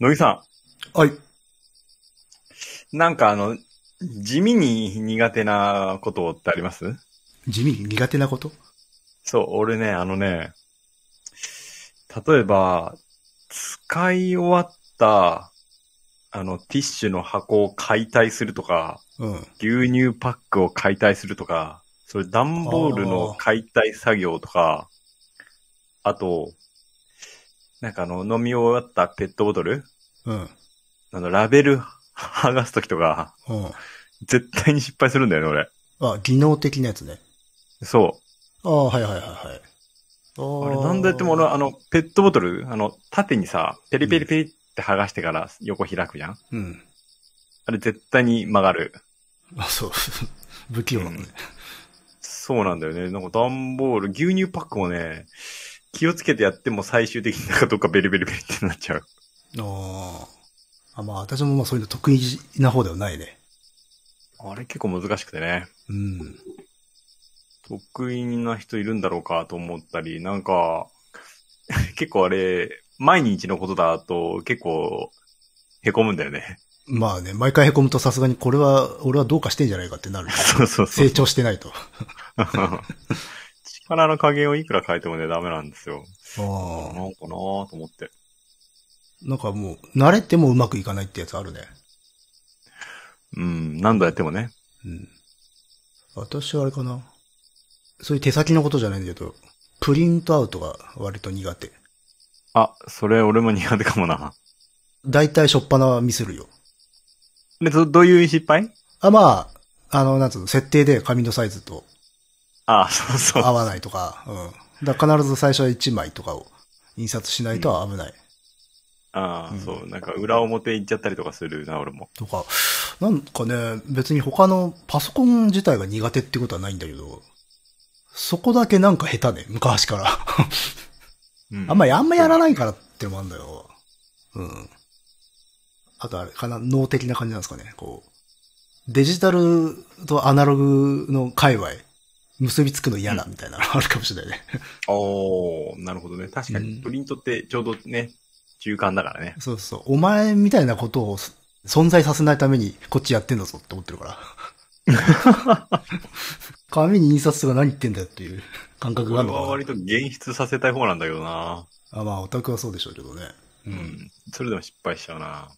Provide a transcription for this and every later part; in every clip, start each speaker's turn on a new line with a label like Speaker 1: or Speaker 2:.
Speaker 1: 野木さ
Speaker 2: はい。
Speaker 1: ん、なんかあの、地味に苦手なことってあります
Speaker 2: 地味に苦手なこと
Speaker 1: そう、俺ね、あのね、例えば、使い終わった、あの、ティッシュの箱を解体するとか、
Speaker 2: うん。
Speaker 1: 牛乳パックを解体するとか、それ段ボールの解体作業とか、あと、なんかあの、飲み終わったペットボトル
Speaker 2: うん。
Speaker 1: あの、ラベル剥がすときとか、
Speaker 2: うん。
Speaker 1: 絶対に失敗するんだよね、俺。
Speaker 2: あ、技能的なやつね。
Speaker 1: そ
Speaker 2: ああ、はいはいはいはい。あ
Speaker 1: う。
Speaker 2: ー
Speaker 1: あれ、なんでやっても俺、あの、ペットボトル、あの、縦にさ、ペリペリペリって剥がしてから横開くじゃん
Speaker 2: うん。
Speaker 1: あれ、絶対に曲がる。
Speaker 2: あ、そう。 不器用なのね。
Speaker 1: そうなんだよね。なんか段ボール、牛乳パックもね、気をつけてやっても最終的になんかどっかベリベリベリってなっちゃう。
Speaker 2: あーあ。まあ、私もまあそういうの得意な方ではないね。
Speaker 1: あれ結構難しくてね。
Speaker 2: うん。
Speaker 1: 得意な人いるんだろうかと思ったり、なんか、 結構あれ、毎日のことだと結構、凹むんだよね。
Speaker 2: まあね、毎回凹むとさすがにこれは、俺はどうかしてんじゃないかってな る。
Speaker 1: そうそうそう
Speaker 2: 成。長してないと。
Speaker 1: 力の加減をいくら変えてもね、ダメなんですよ。な
Speaker 2: ああ。
Speaker 1: んかなぁと思って。
Speaker 2: なんかもう、慣れてもうまくいかないってやつあるね。
Speaker 1: うん、何度やってもね。
Speaker 2: うん。私はあれかな。そういう手先のことじゃないんだけど、プリントアウトが割と苦手。
Speaker 1: あ、それ俺も苦手かもな。
Speaker 2: 大体初っ端はミスるよ。
Speaker 1: で、ど、どういう失敗
Speaker 2: あ、まあ、あの、なんつうの、設定で紙のサイズと
Speaker 1: あ、そうそう。
Speaker 2: 合わないとか、うん。だから必ず最初は1枚とかを印刷しないと危ない。
Speaker 1: あ
Speaker 2: うん
Speaker 1: そう。なんか裏表行っちゃったりとかするな、俺も。
Speaker 2: とか、なんかね、別に他のパソコン自体が苦手ってことはないんだけど、そこだけなんか下手ね、昔から。
Speaker 1: うん
Speaker 2: あんまり、あんまやらないからってのもあるんだよ。うん。あとあれかな、脳的な感じなんですかね。こう、デジタルとアナログの界隈、結びつくの嫌だみたいなの あるかもしれないね。
Speaker 1: おー、なるほどね。確か
Speaker 2: う
Speaker 1: に、
Speaker 2: ん
Speaker 1: プリントってちょうどね、中間だからね。
Speaker 2: そうそう。お前みたいなことをす存在させないためにこっちやってんだぞって思ってるから。紙に印刷とか何言ってんだよっていう感覚があ
Speaker 1: 俺
Speaker 2: る
Speaker 1: は
Speaker 2: のか
Speaker 1: 割と現出させたい方なんだけどな。
Speaker 2: な。あまあ、オタクはそうでしょうけどね。
Speaker 1: う。ん。それでも失敗しちゃうな。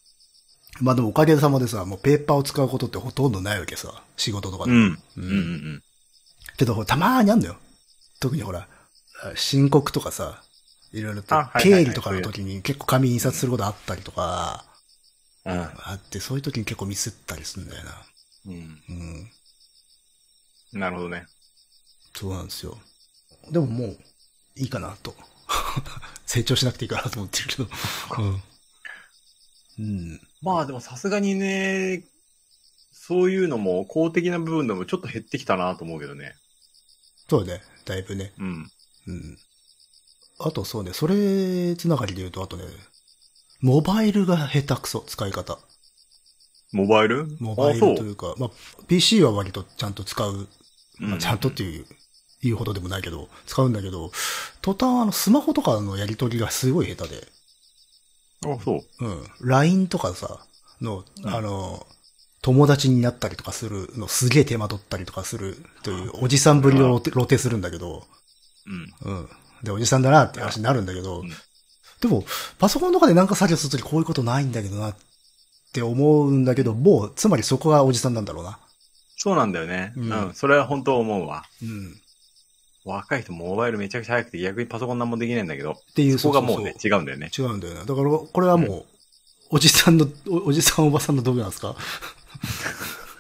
Speaker 2: まあでもおかげさまでさ、もうペーパーを使うことってほとんどないわけさ。仕事とかで。
Speaker 1: うん。
Speaker 2: う
Speaker 1: うんんうんうん。
Speaker 2: けど、たまーにあんのよ。特にほら、申告とかさ、いろいろと
Speaker 1: あはい、はいはい
Speaker 2: 経理とかの時に結構紙印刷することあったりとか、
Speaker 1: うん。
Speaker 2: あって、そういう時に結構ミスったりするんだよな。
Speaker 1: うん。
Speaker 2: うん。
Speaker 1: なるほどね。
Speaker 2: そうなんですよ。でももう、いいかなと。 成長しなくていいかなと思ってるけど。うん。うん。
Speaker 1: まあでもさすがにね、そういうのも公的な部分でもちょっと減ってきたなと思うけどね。
Speaker 2: そうね。だいぶね。
Speaker 1: うん。
Speaker 2: うん。あとそうね、それつながりで言うと、あとね、モバイルが下手くそ、使い方。
Speaker 1: モバイル
Speaker 2: モバイル
Speaker 1: あ、そう
Speaker 2: というか、まあ、PC は割とちゃんと使う。
Speaker 1: うん
Speaker 2: まあ、ちゃんとっていう、言うほどでもないけど、使うんだけど、途端あの、スマホとかのやりとりがすごい下手で、
Speaker 1: あ、そう。
Speaker 2: うん。LINE とかさ、の、
Speaker 1: うん
Speaker 2: あの、友達になったりとかするの、すげえ手間取ったりとかするという、おじさんぶりを露呈露呈するんだけど、
Speaker 1: うん。
Speaker 2: うん。で、おじさんだなって話になるんだけど
Speaker 1: うん、
Speaker 2: でも、パソコンとかでなんか作業するときこういうことないんだけどなって思うんだけど、もう、つまりそこがおじさんなんだろうな。
Speaker 1: そうなんだよね。
Speaker 2: う
Speaker 1: うんん。それは本当思うわ。
Speaker 2: うん。
Speaker 1: 若い人モバイルめちゃくちゃ早くて逆にパソコンなんもできないんだけど、
Speaker 2: っていう、
Speaker 1: そこがもうね、
Speaker 2: そ
Speaker 1: 違うんだよね。
Speaker 2: そ違うんだよね。だから、これはもう、おじさんのお、おじさんおばさんの道具なんですか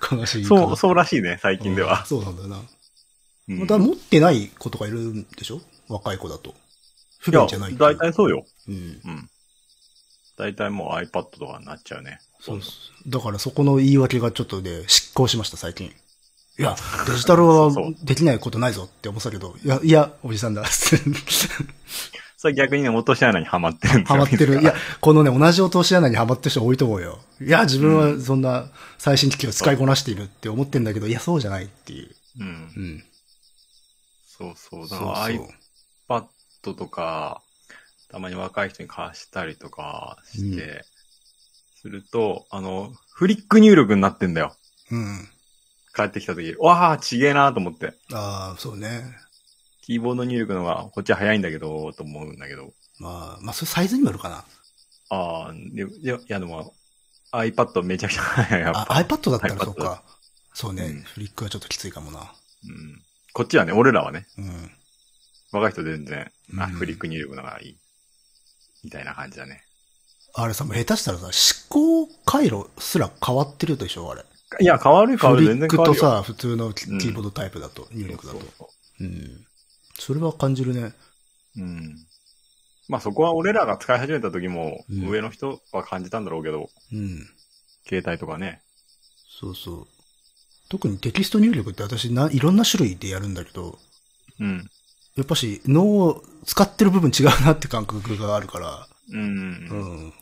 Speaker 2: 悲しいかな。
Speaker 1: そう、そうらしいね、最近で
Speaker 2: うん
Speaker 1: は。
Speaker 2: そうなんだよな。
Speaker 1: うん
Speaker 2: また持ってない子とかいるんでしょ若い子だと。不
Speaker 1: いや
Speaker 2: 便じゃない、っていう
Speaker 1: 大体そうよ。
Speaker 2: うん。
Speaker 1: うん。大体もう iPad とかになっちゃうね。
Speaker 2: そうです。だからそこの言い訳がちょっとね、失効しました、最近。いや、デジタルは
Speaker 1: そう
Speaker 2: できないことないぞって思ってたけど、いや、いや、おじさんだ。
Speaker 1: それ逆にね、落とし穴にはまってるんです
Speaker 2: ハ
Speaker 1: よ。
Speaker 2: マってる。い
Speaker 1: 自
Speaker 2: や、このね、同じ落とし穴にハマってる人多いと思うよ。いや、自分はそんな最新機器を使いこなしているって思ってんだけど、いや、そうじゃないっていう。
Speaker 1: らうん
Speaker 2: う。ん。
Speaker 1: そうそう。
Speaker 2: そ
Speaker 1: だ
Speaker 2: う
Speaker 1: か
Speaker 2: そう。
Speaker 1: ら iPad とか、たまに若い人に貸したりとかして、すると、あの、フリック入力になってんだよ。
Speaker 2: うん。
Speaker 1: 帰ってきた時、わあ、ちげえなと思って。
Speaker 2: ああ、そうね。
Speaker 1: キーボード入力の方がこっちは早いんだけど、と思うんだけど。
Speaker 2: まあ、まあ、それサイズにもよるかな。
Speaker 1: ああ、でいや、いやでも、iPad めちゃくちゃ早い。やっ
Speaker 2: あ、
Speaker 1: ぱ
Speaker 2: iPad だったらそう
Speaker 1: iPad
Speaker 2: か。そうね、
Speaker 1: うん
Speaker 2: フリックはちょっときついかもな。
Speaker 1: うん。こっちはね、俺らはね、
Speaker 2: うん。
Speaker 1: 若い人全然、あ、
Speaker 2: うん
Speaker 1: フリック入力の方がいい。みたいな感じだね。
Speaker 2: あれさ、もう下手したらさ、思考回路すら変わってるでしょ、あれ。
Speaker 1: いや、変わる変わ
Speaker 2: フ
Speaker 1: る、
Speaker 2: リ
Speaker 1: 全然
Speaker 2: ック
Speaker 1: 変わる
Speaker 2: と
Speaker 1: よ。
Speaker 2: さ、普通のキ
Speaker 1: うん
Speaker 2: キーボードタイプだと、入力だと
Speaker 1: そう。そう
Speaker 2: うん。それは感じるね。
Speaker 1: そううん。まあそこは俺らが使い始めた時も、
Speaker 2: うん
Speaker 1: 上の人は感じたんだろうけど、
Speaker 2: うん。
Speaker 1: 携帯とかね。
Speaker 2: そうそう。特にテキスト入力って私ないろんな種類でやるんだけど、
Speaker 1: うん。
Speaker 2: やっぱし脳を使ってる部分違うなって感覚があるから、
Speaker 1: うん。
Speaker 2: うん。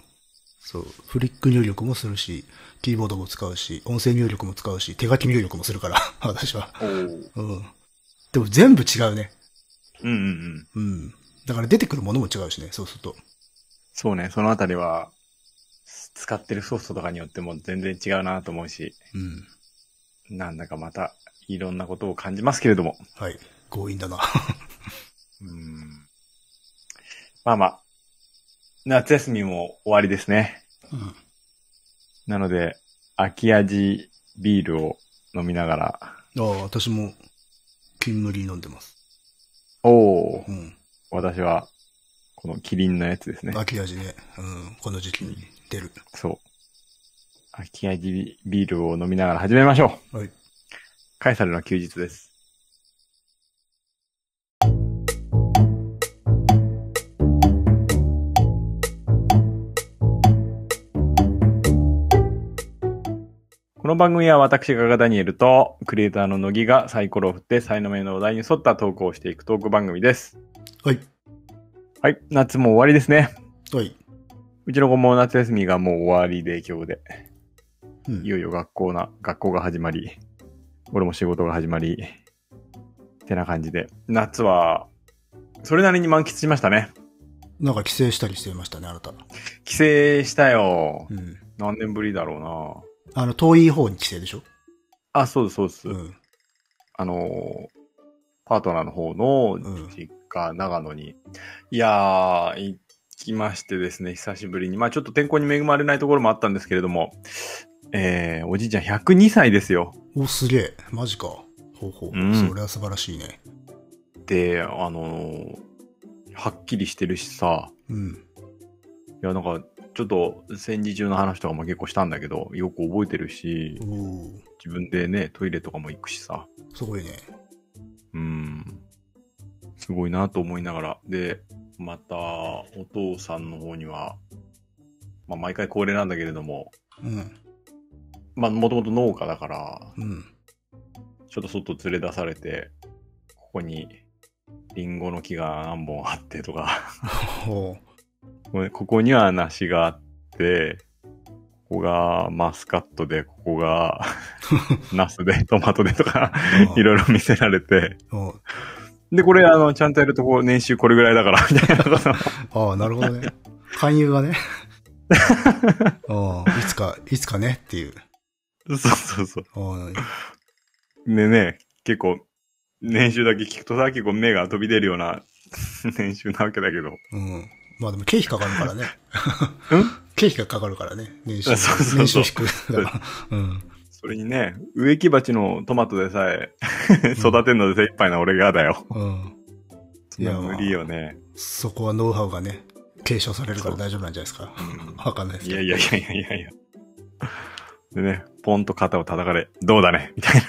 Speaker 2: そう。フリック入力もするし、キーボードも使うし、音声入力も使うし、手書き入力もするから、 私は。
Speaker 1: おー
Speaker 2: うん。でも全部違うね。
Speaker 1: うんうんうん。
Speaker 2: うん。だから出てくるものも違うしね、そうすると。
Speaker 1: そうね、そのあたりは、使ってるソフトとかによっても全然違うなと思うし、
Speaker 2: うん。
Speaker 1: なんだかまた、いろんなことを感じますけれども。
Speaker 2: はい。強引だな。
Speaker 1: うん。まあまあ、夏休みも終わりですね。
Speaker 2: うん。
Speaker 1: なので、秋味ビールを飲みながら、
Speaker 2: ああ、私も、金無理飲んでます。
Speaker 1: おお
Speaker 2: う、ん。
Speaker 1: 私は、このキリンのやつですね。
Speaker 2: 秋味ね。うん。この時期に出る。
Speaker 1: そう。秋味ビビールを飲みながら始めましょう。
Speaker 2: はい。
Speaker 1: カエサルの休日です。この番組は私がガダニエルとクリエイターの乃木がサイコロを振って才能面のお題に沿った投稿をしていくトーク番組です。
Speaker 2: はい。
Speaker 1: はい、夏も終わりですね。
Speaker 2: はい。
Speaker 1: うちの子も夏休みがもう終わりで今日で。
Speaker 2: うん
Speaker 1: いよいよ学校な、学校が始まり、俺も仕事が始まり、ってな感じで、夏は、それなりに満喫しましたね。
Speaker 2: なんか帰省したりしてましたね、あなた。
Speaker 1: 帰省したよ
Speaker 2: う。ん。
Speaker 1: 何年ぶりだろ
Speaker 2: あの、遠い方に帰省でしょ
Speaker 1: うな。あ、そうです、そうです。
Speaker 2: うん。
Speaker 1: あのー、パートナーの方の
Speaker 2: うん
Speaker 1: 実家、長野に。いやー、行きましてですね、久しぶりに。まあちょっと天候に恵まれないところもあったんですけれども、えー、おじいちゃん102歳ですよ。
Speaker 2: お、すげえ。マジか。ほうほう。
Speaker 1: うん
Speaker 2: それは素晴らしいね。
Speaker 1: で、あのーはっきりしてるしさ、
Speaker 2: うん。
Speaker 1: いや、なんか、ちょっと戦時中の話とかも結構したんだけど、よく覚えてるし
Speaker 2: お、お。
Speaker 1: 自分でね、トイレとかも行くしさ、
Speaker 2: すごいね。
Speaker 1: うん、すごいなと思いながら、で、また、お父さんの方には、まあ、毎回恒例なんだけれども、
Speaker 2: うん。
Speaker 1: まあ、もともと農家だから、
Speaker 2: うん。
Speaker 1: ちょっと外連れ出されて、ここに、リンゴの木が何本あってとか、
Speaker 2: ほ
Speaker 1: ごめんここには梨があって、ここがマスカットで、ここがナスで、トマトでとか、
Speaker 2: う。
Speaker 1: いろいろ見せられて。
Speaker 2: うん。
Speaker 1: で、これ、あの、ちゃんとやると、こう、年収これぐらいだから、みたいなこと。
Speaker 2: ああ、なるほど ね。勧誘がね。ああ、いつか、いつかねっていう。
Speaker 1: そうそうそう。
Speaker 2: あ
Speaker 1: でね、結構、年収だけ聞くとさ、結構目が飛び出るような年収なわけだけど。
Speaker 2: あうん。まあでも経費かかるからね。
Speaker 1: うん
Speaker 2: 経費がかかるからね。年収。
Speaker 1: あそう そうそう
Speaker 2: 年収引く。だからうん。
Speaker 1: それにね、植木鉢のトマトでさえ、育てるので精一杯な俺がだよ。
Speaker 2: うん。い
Speaker 1: い
Speaker 2: や
Speaker 1: や、無理よね。
Speaker 2: そこはノウハウがね、継承されるから大丈夫なんじゃないですか。
Speaker 1: うん
Speaker 2: わかんないです
Speaker 1: い
Speaker 2: けど。
Speaker 1: やいやいやいやいやいや。でね、ポンと肩を叩かれ、どうだねみ たい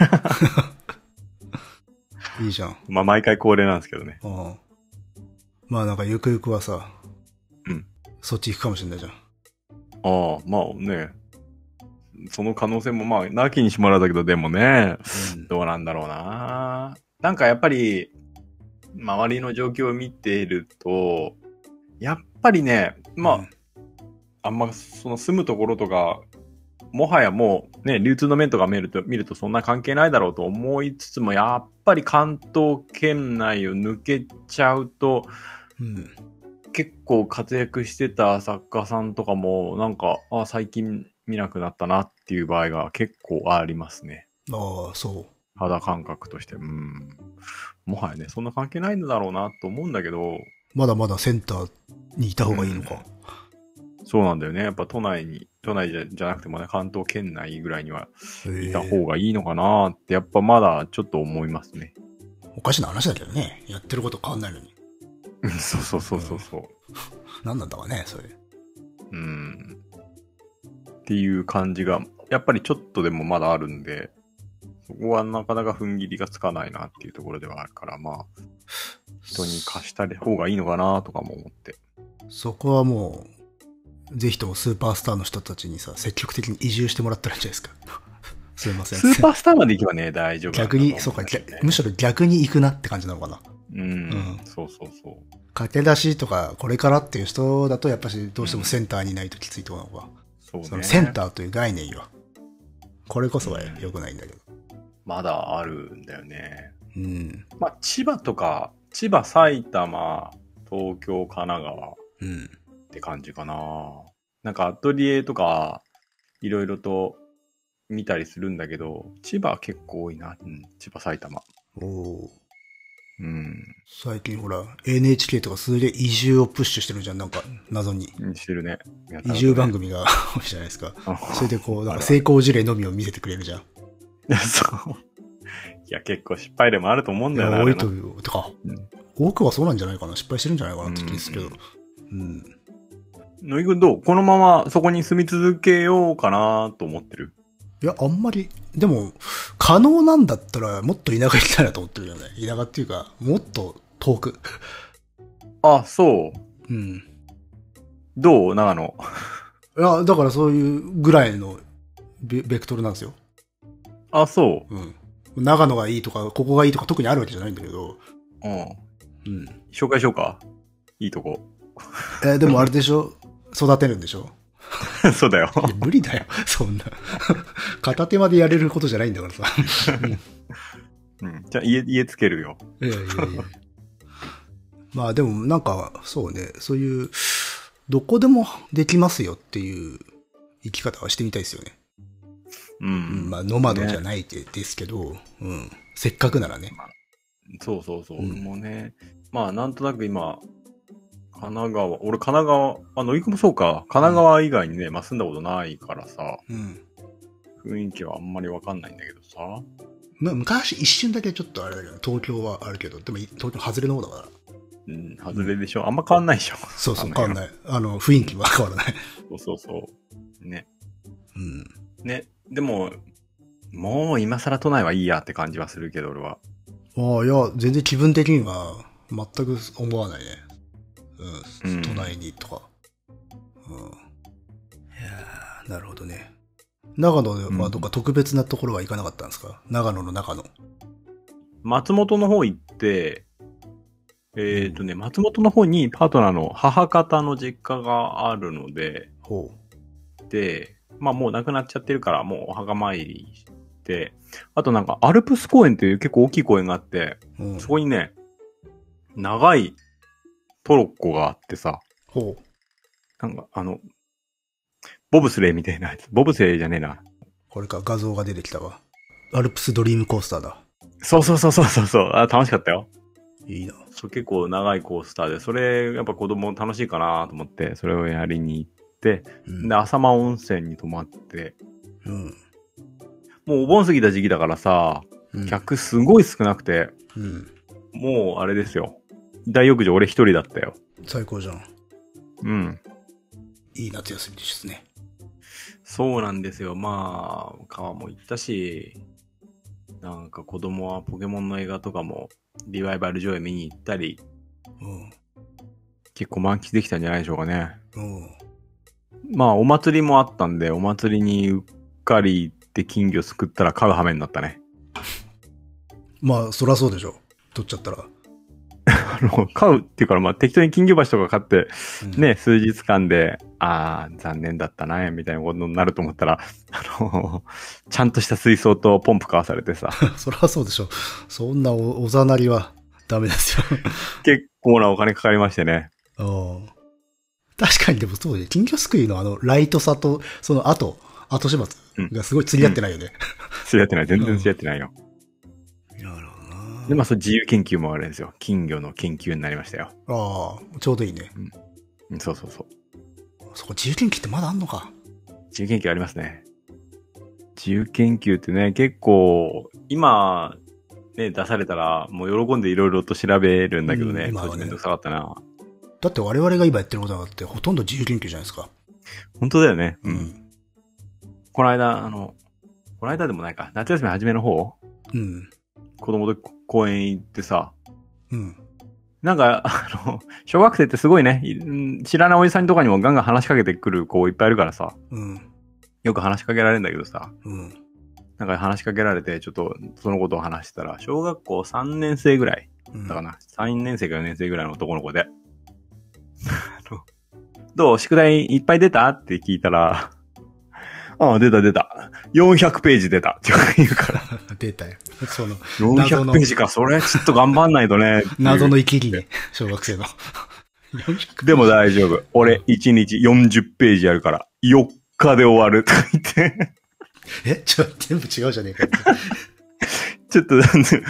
Speaker 1: な。
Speaker 2: いいじゃん。
Speaker 1: まあ、毎回恒例なんですけどね。
Speaker 2: うん。まあなんかゆくゆくはさ、
Speaker 1: うん。
Speaker 2: そっち行くかもしれないじゃん。
Speaker 1: ああ、まあね。その可能性もまあ、なきにしもあらずだけど、でもね、どうなんだろうな。なんかやっぱり、周りの状況を見ていると、やっぱりね、まあ、
Speaker 2: うん
Speaker 1: あんまその住むところとか、もはやもうね、流通の面とか見ると、見るとそんな関係ないだろうと思いつつも、やっぱり関東圏内を抜けちゃうと、
Speaker 2: うん。
Speaker 1: 結構活躍してた作家さんとかも、なんか、あ最近見なくなったなっていう場合が結構ありますね。
Speaker 2: ああ、そう。
Speaker 1: 肌感覚として。うん。もはやね、そんな関係ないんだろうなと思うんだけど、
Speaker 2: まだまだセンターにいた方がいいのか。
Speaker 1: そうなんだよね。やっぱ都内に、都内じゃじゃなくてもね、関東圏内ぐらいには
Speaker 2: へえ
Speaker 1: いた方がいいのかなって、やっぱまだちょっと思いますね。
Speaker 2: おかしな話だけどね。やってること変わんないのに。
Speaker 1: そうそうそうそうそう。
Speaker 2: 何なんだかね、それ。
Speaker 1: うん。っていう感じが、やっぱりちょっとでもまだあるんで、そこはなかなか踏ん切りがつかないなっていうところではあるから、まあ、人に貸した方がいいのかなとかも思って。
Speaker 2: そこはもう、ぜひともスーパースターの人たちにさ、積極的に移住してもらったらいいんじゃないですか。 すいませ ん。
Speaker 1: スーパースターまで行けばね、大丈夫なんだと
Speaker 2: 逆
Speaker 1: 思ん
Speaker 2: に、
Speaker 1: だ
Speaker 2: そうか、
Speaker 1: けど
Speaker 2: 逆
Speaker 1: ね
Speaker 2: むしろ逆に行くなって感じなのかな。
Speaker 1: うん、そうそうそう。
Speaker 2: 駆け出しとか、これからっていう人だと、やっぱしどうしてもセンターにいないときついところの方が、
Speaker 1: そうね。
Speaker 2: そのセンターという概念は、これこそが良くないんだけど。
Speaker 1: まだあるんだよね。
Speaker 2: うん。
Speaker 1: まあ、千葉とか、千葉、埼玉、東京、神奈川、
Speaker 2: うん。
Speaker 1: って感じかな。なんかアトリエとか、いろいろと見たりするんだけど、千葉結構多いな。うん、千葉、埼玉。
Speaker 2: おー
Speaker 1: うん。
Speaker 2: 最近ほら、NHK とかすげえ移住をプッシュしてるじゃん、なんか、謎に。
Speaker 1: してるね。やたらとね
Speaker 2: 移住 番組が 多いじゃないですか。
Speaker 1: あ
Speaker 2: それでこう、
Speaker 1: あ
Speaker 2: なんか
Speaker 1: る
Speaker 2: 成功事例のみを見せてくれるじゃん。
Speaker 1: そう。いや、結構失敗例もあると思うん
Speaker 2: い
Speaker 1: だよな。
Speaker 2: や多いと
Speaker 1: あれな
Speaker 2: いう、とか、
Speaker 1: うん
Speaker 2: 多くはそうなんじゃないかな。失敗してるんじゃないかなって気にするけど。うん。
Speaker 1: 野井君どうこのままそこに住み続けようかなと思ってる。
Speaker 2: いや、あんまり、でも、可能なんだったら、もっと田舎行きたいなと思ってるよね。田舎っていうか、もっと遠く。
Speaker 1: あ、そう。
Speaker 2: うん。
Speaker 1: どう長野。
Speaker 2: いや、だからそういうぐらいのベベクトルなんですよ。
Speaker 1: あ、そ
Speaker 2: うん。長野がいいとか、ここがいいとか特にあるわけじゃないんだけど。
Speaker 1: う。うん。
Speaker 2: うん。
Speaker 1: 紹介しようか。いいとこ。
Speaker 2: えーでもあれでしょ育てるんでしょ
Speaker 1: そうだよ。
Speaker 2: いや無理だよ、そんな。片手までやれることじゃないんだからさ。
Speaker 1: うん。じゃあ家、家つけるよ。
Speaker 2: いやいやいや。 まあでもなんか、そうね、そういう、どこでもできますよっていう生き方はしてみたいですよね。
Speaker 1: う
Speaker 2: うん、
Speaker 1: ん。
Speaker 2: まあノマドじゃないで,、ですけど、うん。せっかくならね。
Speaker 1: そうそうそう。
Speaker 2: うん
Speaker 1: 俺もね、まあ、なんとなく今、神奈川、俺神奈川、あ、野井くんもそうか。神奈川以外にね、まあ住んだことないからさ、
Speaker 2: うん。
Speaker 1: 雰囲気はあんまりわかんないんだけどさ。
Speaker 2: まあ昔一瞬だけちょっとあれだけど、東京はあるけど、でもい東京外れの方だか
Speaker 1: うん、外れでしょ。あんま変わんないでしょ。
Speaker 2: ら。そうそう、
Speaker 1: あの
Speaker 2: 変わんない。あの、雰囲気は 変わらない。
Speaker 1: そうそうそう。ね。
Speaker 2: うん。
Speaker 1: ね。でも、もう今更都内はいいやって感じはするけど、俺は。
Speaker 2: ああ、いや、全然気分的には全く思わないね。うん、
Speaker 1: うん
Speaker 2: 都内にとか。うん。いやーなるほどね。長野ではどっか特別なところは行かなかったんですか、長野の中の。
Speaker 1: 松本の方行って、えっ、とね、松本の方にパートナーの母方の実家があるので、
Speaker 2: ほ
Speaker 1: って、まあもう亡くなっちゃってるから、もうお墓参りして、あとなんかアルプス公園っていう結構大きい公園があって、
Speaker 2: う。うん、
Speaker 1: そこにね、長いトロッコがあってさ、
Speaker 2: ほう。
Speaker 1: なんかあの、ボブスレーみたいなやつ。ボブスレーじゃねえな。
Speaker 2: これか、画像が出てきたわ。アルプスドリームコースターだ。
Speaker 1: そうそうそうそうそうそう。あ、楽しかったよ。
Speaker 2: いいな。
Speaker 1: そう結構長いコースターで、それやっぱ子供楽しいかなと思って、それをやりに行って、
Speaker 2: うん
Speaker 1: で、。浅間温泉に泊まって、
Speaker 2: うん。
Speaker 1: もうお盆過ぎた時期だからさ、
Speaker 2: うん。
Speaker 1: 客すごい少なくて、
Speaker 2: うん。
Speaker 1: もうあれですよ。大浴場俺一人だったよ。
Speaker 2: 最高じゃん。
Speaker 1: うん。
Speaker 2: いい夏休みですね。
Speaker 1: そうなんですよ。まあ、川も行ったし、なんか子供はポケモンの映画とかもリバイバル上映見に行ったり、
Speaker 2: うん。
Speaker 1: 結構満喫できたんじゃないでしょうかね。
Speaker 2: うん。
Speaker 1: まあ、お祭りもあったんで、お祭りにうっかり行って金魚すくったら買う羽目になったね。
Speaker 2: まあ、そらそうでしょ。取っちゃったら。
Speaker 1: あの、買うっていうから、まあ適当に金魚鉢とか買って、
Speaker 2: うん、
Speaker 1: ね、数日間で、ああ、残念だったな、みたいなことになると思ったら、あの、ちゃんとした水槽とポンプ買わされて さ、
Speaker 2: そりゃそうでしょ。 そんなおおざなりはダメですよ。
Speaker 1: 結構なお金かかりましてね。
Speaker 2: うん。確かにでもそうね、金魚すくいのあの、ライトさと、その後、後始末がすごい釣り合ってないよね。
Speaker 1: 知り合ってない。全然知り合ってないよ。
Speaker 2: なるほどな
Speaker 1: で、まあ、そう自由研究もあるんですよ。金魚の研究になりましたよ。
Speaker 2: ああ、ちょうどいいね。
Speaker 1: うんそうそうそう。
Speaker 2: そこ自由研究ってまだあんのか。
Speaker 1: 自由研究ありますね。自由研究ってね、結構、今、ね、出されたら、もう喜んでいろいろと調べるんだけど
Speaker 2: う
Speaker 1: ね
Speaker 2: ん。今は
Speaker 1: 当時
Speaker 2: ね
Speaker 1: めんどくさかったな。
Speaker 2: だって我々が今やってることなんてほとんど自由研究じゃないですか。
Speaker 1: 本当だよね。
Speaker 2: う。
Speaker 1: この間、あの、この間でもないか。夏休み初めの方
Speaker 2: うん。
Speaker 1: 子供と公園行ってさ、
Speaker 2: うん。
Speaker 1: なんか、あの、小学生ってすごいね、いうん知らないおじさんとかにもガンガン話しかけてくる子いっぱいいるからさ、
Speaker 2: うん。
Speaker 1: よく話しかけられるんだけどさ、
Speaker 2: うん。
Speaker 1: なんか話しかけられて、ちょっとそのことを話してたら、小学校3年生ぐらい
Speaker 2: うん。
Speaker 1: だ かな、3年生か4年生ぐらいの男の子で、あのどう宿題いっぱい出たって聞いたら、ああ、出た出た。400ページ出た。って言うから。
Speaker 2: 出たよ。その、謎の
Speaker 1: 400ページか、それちょっと頑張んないとね。っていう
Speaker 2: 謎の生き りね。小学生の。400
Speaker 1: でも 大丈夫。俺、1日40ページやるから、4日で終わるとか言って、
Speaker 2: えちょ、全部違うじゃねえかよ。
Speaker 1: ちょっと、4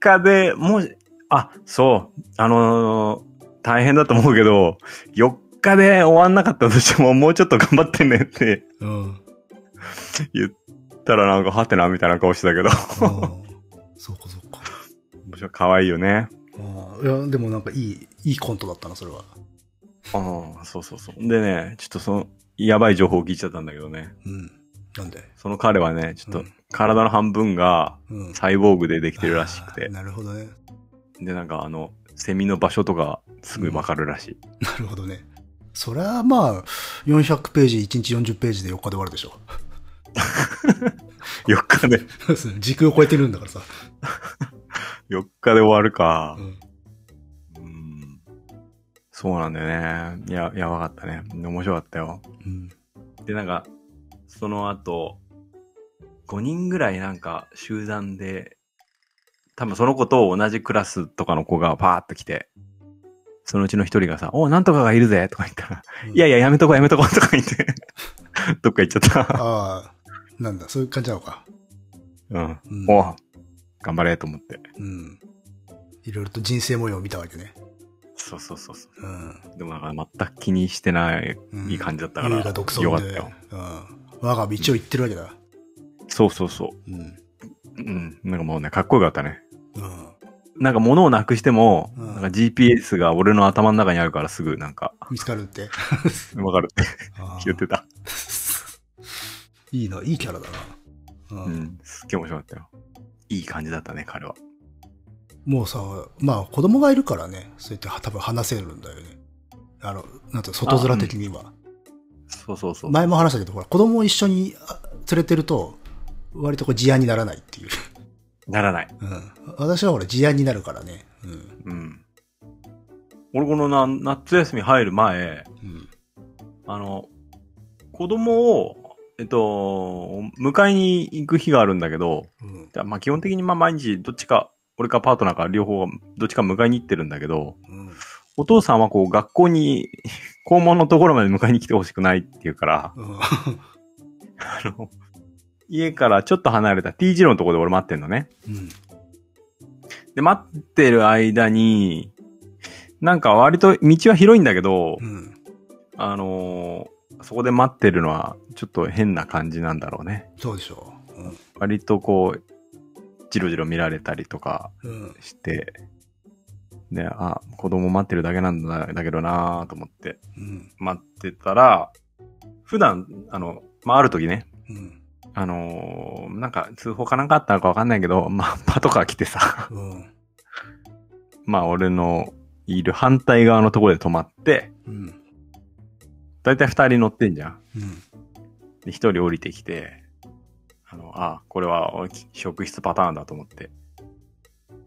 Speaker 1: 日でもし、あ、そう、あのー大変だと思うけど、4日で終わんなかったとしても、もうちょっと頑張ってねって
Speaker 2: うん。うん
Speaker 1: 言ったらなんか、はてなみたいな顔してたけど、
Speaker 2: そうかそうか。
Speaker 1: 面白い可愛いよね。
Speaker 2: ああいや、でもなんかいい、いいコントだったな、それは。
Speaker 1: ああ、そうそうそう。でね、ちょっとその、やばい情報を聞いちゃったんだけどね。
Speaker 2: うん。なんで
Speaker 1: その彼はね、ちょっ
Speaker 2: う
Speaker 1: と
Speaker 2: ん、
Speaker 1: 体の半分が、
Speaker 2: うん。
Speaker 1: サイボーグでできてるらしく
Speaker 2: あ
Speaker 1: て
Speaker 2: ー。なるほどね。
Speaker 1: で、なんかあの、セミの場所とかすぐわかるらしい。
Speaker 2: なるほどね。それはまあ、400ページ、1日40ページで4日で終わるでしょ。
Speaker 1: 4日で、
Speaker 2: そうですね時空を超えてるんだからさ。
Speaker 1: 4日で終わるか
Speaker 2: う。ん。
Speaker 1: うん。そうなんだよね。いや、やばかったね。面白かったよ。
Speaker 2: うん。
Speaker 1: で、なんか、その後、5人ぐらいなんか集団で、多分その子と同じクラスとかの子がパーっと来て、そのうちの一人がさ、おうなんとかがいるぜとか言ったら、いやい
Speaker 2: や。
Speaker 1: や、やめとこうやめとこうとか言って、どっか行っちゃった。
Speaker 2: ああ、なんだ、そういう感じなのか。
Speaker 1: うん。
Speaker 2: うん。
Speaker 1: おう頑張れと思って。
Speaker 2: うん。いろいろと人生模様を見たわけね。
Speaker 1: そうそうそうそう。
Speaker 2: うん。
Speaker 1: でもなんか全く気にしてない
Speaker 2: うん
Speaker 1: いい感じだったから、
Speaker 2: 優雅独尊で。
Speaker 1: よかったよ。
Speaker 2: うん。我が道を行ってるわけだ。
Speaker 1: そうそうそ
Speaker 2: うん。
Speaker 1: う。うん。なんかもうね、かっこよかったね。
Speaker 2: うん。
Speaker 1: なんか物をなくしても、
Speaker 2: うん
Speaker 1: なんか GPS が俺の頭の中にあるからすぐなんか、
Speaker 2: 見つかるって。
Speaker 1: わかるって
Speaker 2: ああ
Speaker 1: 言ってた。
Speaker 2: いいな、いいキャラだな。
Speaker 1: う
Speaker 2: う。
Speaker 1: んん。すっげえ面白かったよ。いい感じだったね、彼は。
Speaker 2: もうさ、まあ子供がいるからね、そうやって多分話せるんだよね。あの、なんていうの外面的には。
Speaker 1: そうそうそう。
Speaker 2: 前も話したけど、ほら、子供を一緒にあ連れてると、割とこう事案にならないっていう。
Speaker 1: ならない。
Speaker 2: うん。私はほら、事案になるからね。うん。
Speaker 1: うん。俺このな夏休み入る前、
Speaker 2: うん。
Speaker 1: あの、子供を、えっと、迎えに行く日があるんだけど、
Speaker 2: うん。
Speaker 1: じゃあまあ基本的にまあ毎日どっちか、俺かパートナーか両方がどっちか迎えに行ってるんだけど、
Speaker 2: うん。
Speaker 1: お父さんはこう学校に、 校門のところまで迎えに来てほしくないっていうから、
Speaker 2: うん。
Speaker 1: あの、家からちょっと離れた T 字路のところで俺待ってんのね。
Speaker 2: うん。
Speaker 1: で、待ってる間に、なんか割と道は広いんだけど、
Speaker 2: うん。
Speaker 1: あのーそこで待ってるのはちょっと変な感じなんだろうね。
Speaker 2: そうでしょう。うん。
Speaker 1: 割とこう、じろじろ見られたりとか、
Speaker 2: うん。
Speaker 1: して、で、あ、子供待ってるだけなんだだけどなぁと思って、
Speaker 2: うん。
Speaker 1: 待ってたら、普段、あの、まあ、ある時ね、
Speaker 2: うん。
Speaker 1: あのーなんか通報かなんかあったのかわかんないけど、まあ、パトカー来てさ、
Speaker 2: うん。
Speaker 1: まあ、俺のいる反対側のところで止まって、
Speaker 2: うん。
Speaker 1: だいたい二人乗ってんじゃん。
Speaker 2: うん。
Speaker 1: で、一人降りてきて、あの、あ、これはお職質パターンだと思って、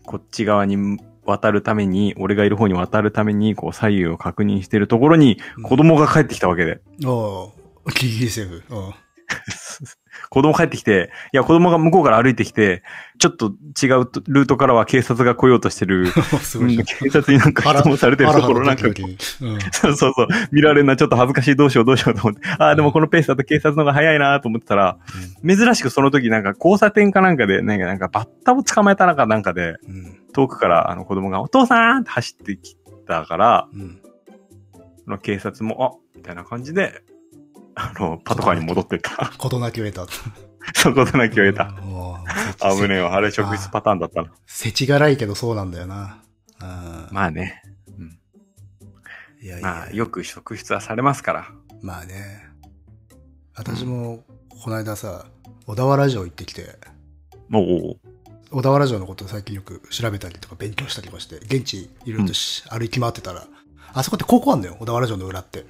Speaker 1: こっち側に渡るために、俺がいる方に渡るために、こう左右を確認してるところに、
Speaker 2: うん
Speaker 1: 子供が帰ってきたわけで。
Speaker 2: ああ、ギリギリセーフ。うん。
Speaker 1: 子 子供帰ってきて、いや、子供が向こうから歩いてきて、ちょっと違うとルートからは警察が来ようとしてる、
Speaker 2: す
Speaker 1: う
Speaker 2: ごいじゃ
Speaker 1: ん
Speaker 2: ん。
Speaker 1: 警察になんか質問されてるところなんか、
Speaker 2: うん。
Speaker 1: そうそうそう、見られるな、ちょっと恥ずかしい、どうしよう、どうしようと思って、ああ、でもこのペースだと警察の方が早いなと思ってたら、珍しくその時なんか交差点かなんかで、なんかなんかバッタを捕まえたなんかなんかで、
Speaker 2: うん。
Speaker 1: 遠くからあの子供がお父さんって走ってきたから、
Speaker 2: うん。
Speaker 1: その警察も、あみたいな感じで、あの、パトカーに戻って った。
Speaker 2: 事なきを得た。
Speaker 1: そことなきを得た。
Speaker 2: あ
Speaker 1: 危ねえわ。あれ職質パターンだったな。
Speaker 2: せちがらいけどそうなんだよな。うん。
Speaker 1: まあね。うん
Speaker 2: いやい
Speaker 1: ま
Speaker 2: や
Speaker 1: あ、。よく職質はされますから。
Speaker 2: まあね。私も、この間さ、小田原城行ってきて、
Speaker 1: おお
Speaker 2: 小田原城のことを最近よく調べたりとか勉強したりとかして、現地いろいろとし歩き回ってたら、あそこって高校あんだよ、小田原城の裏って。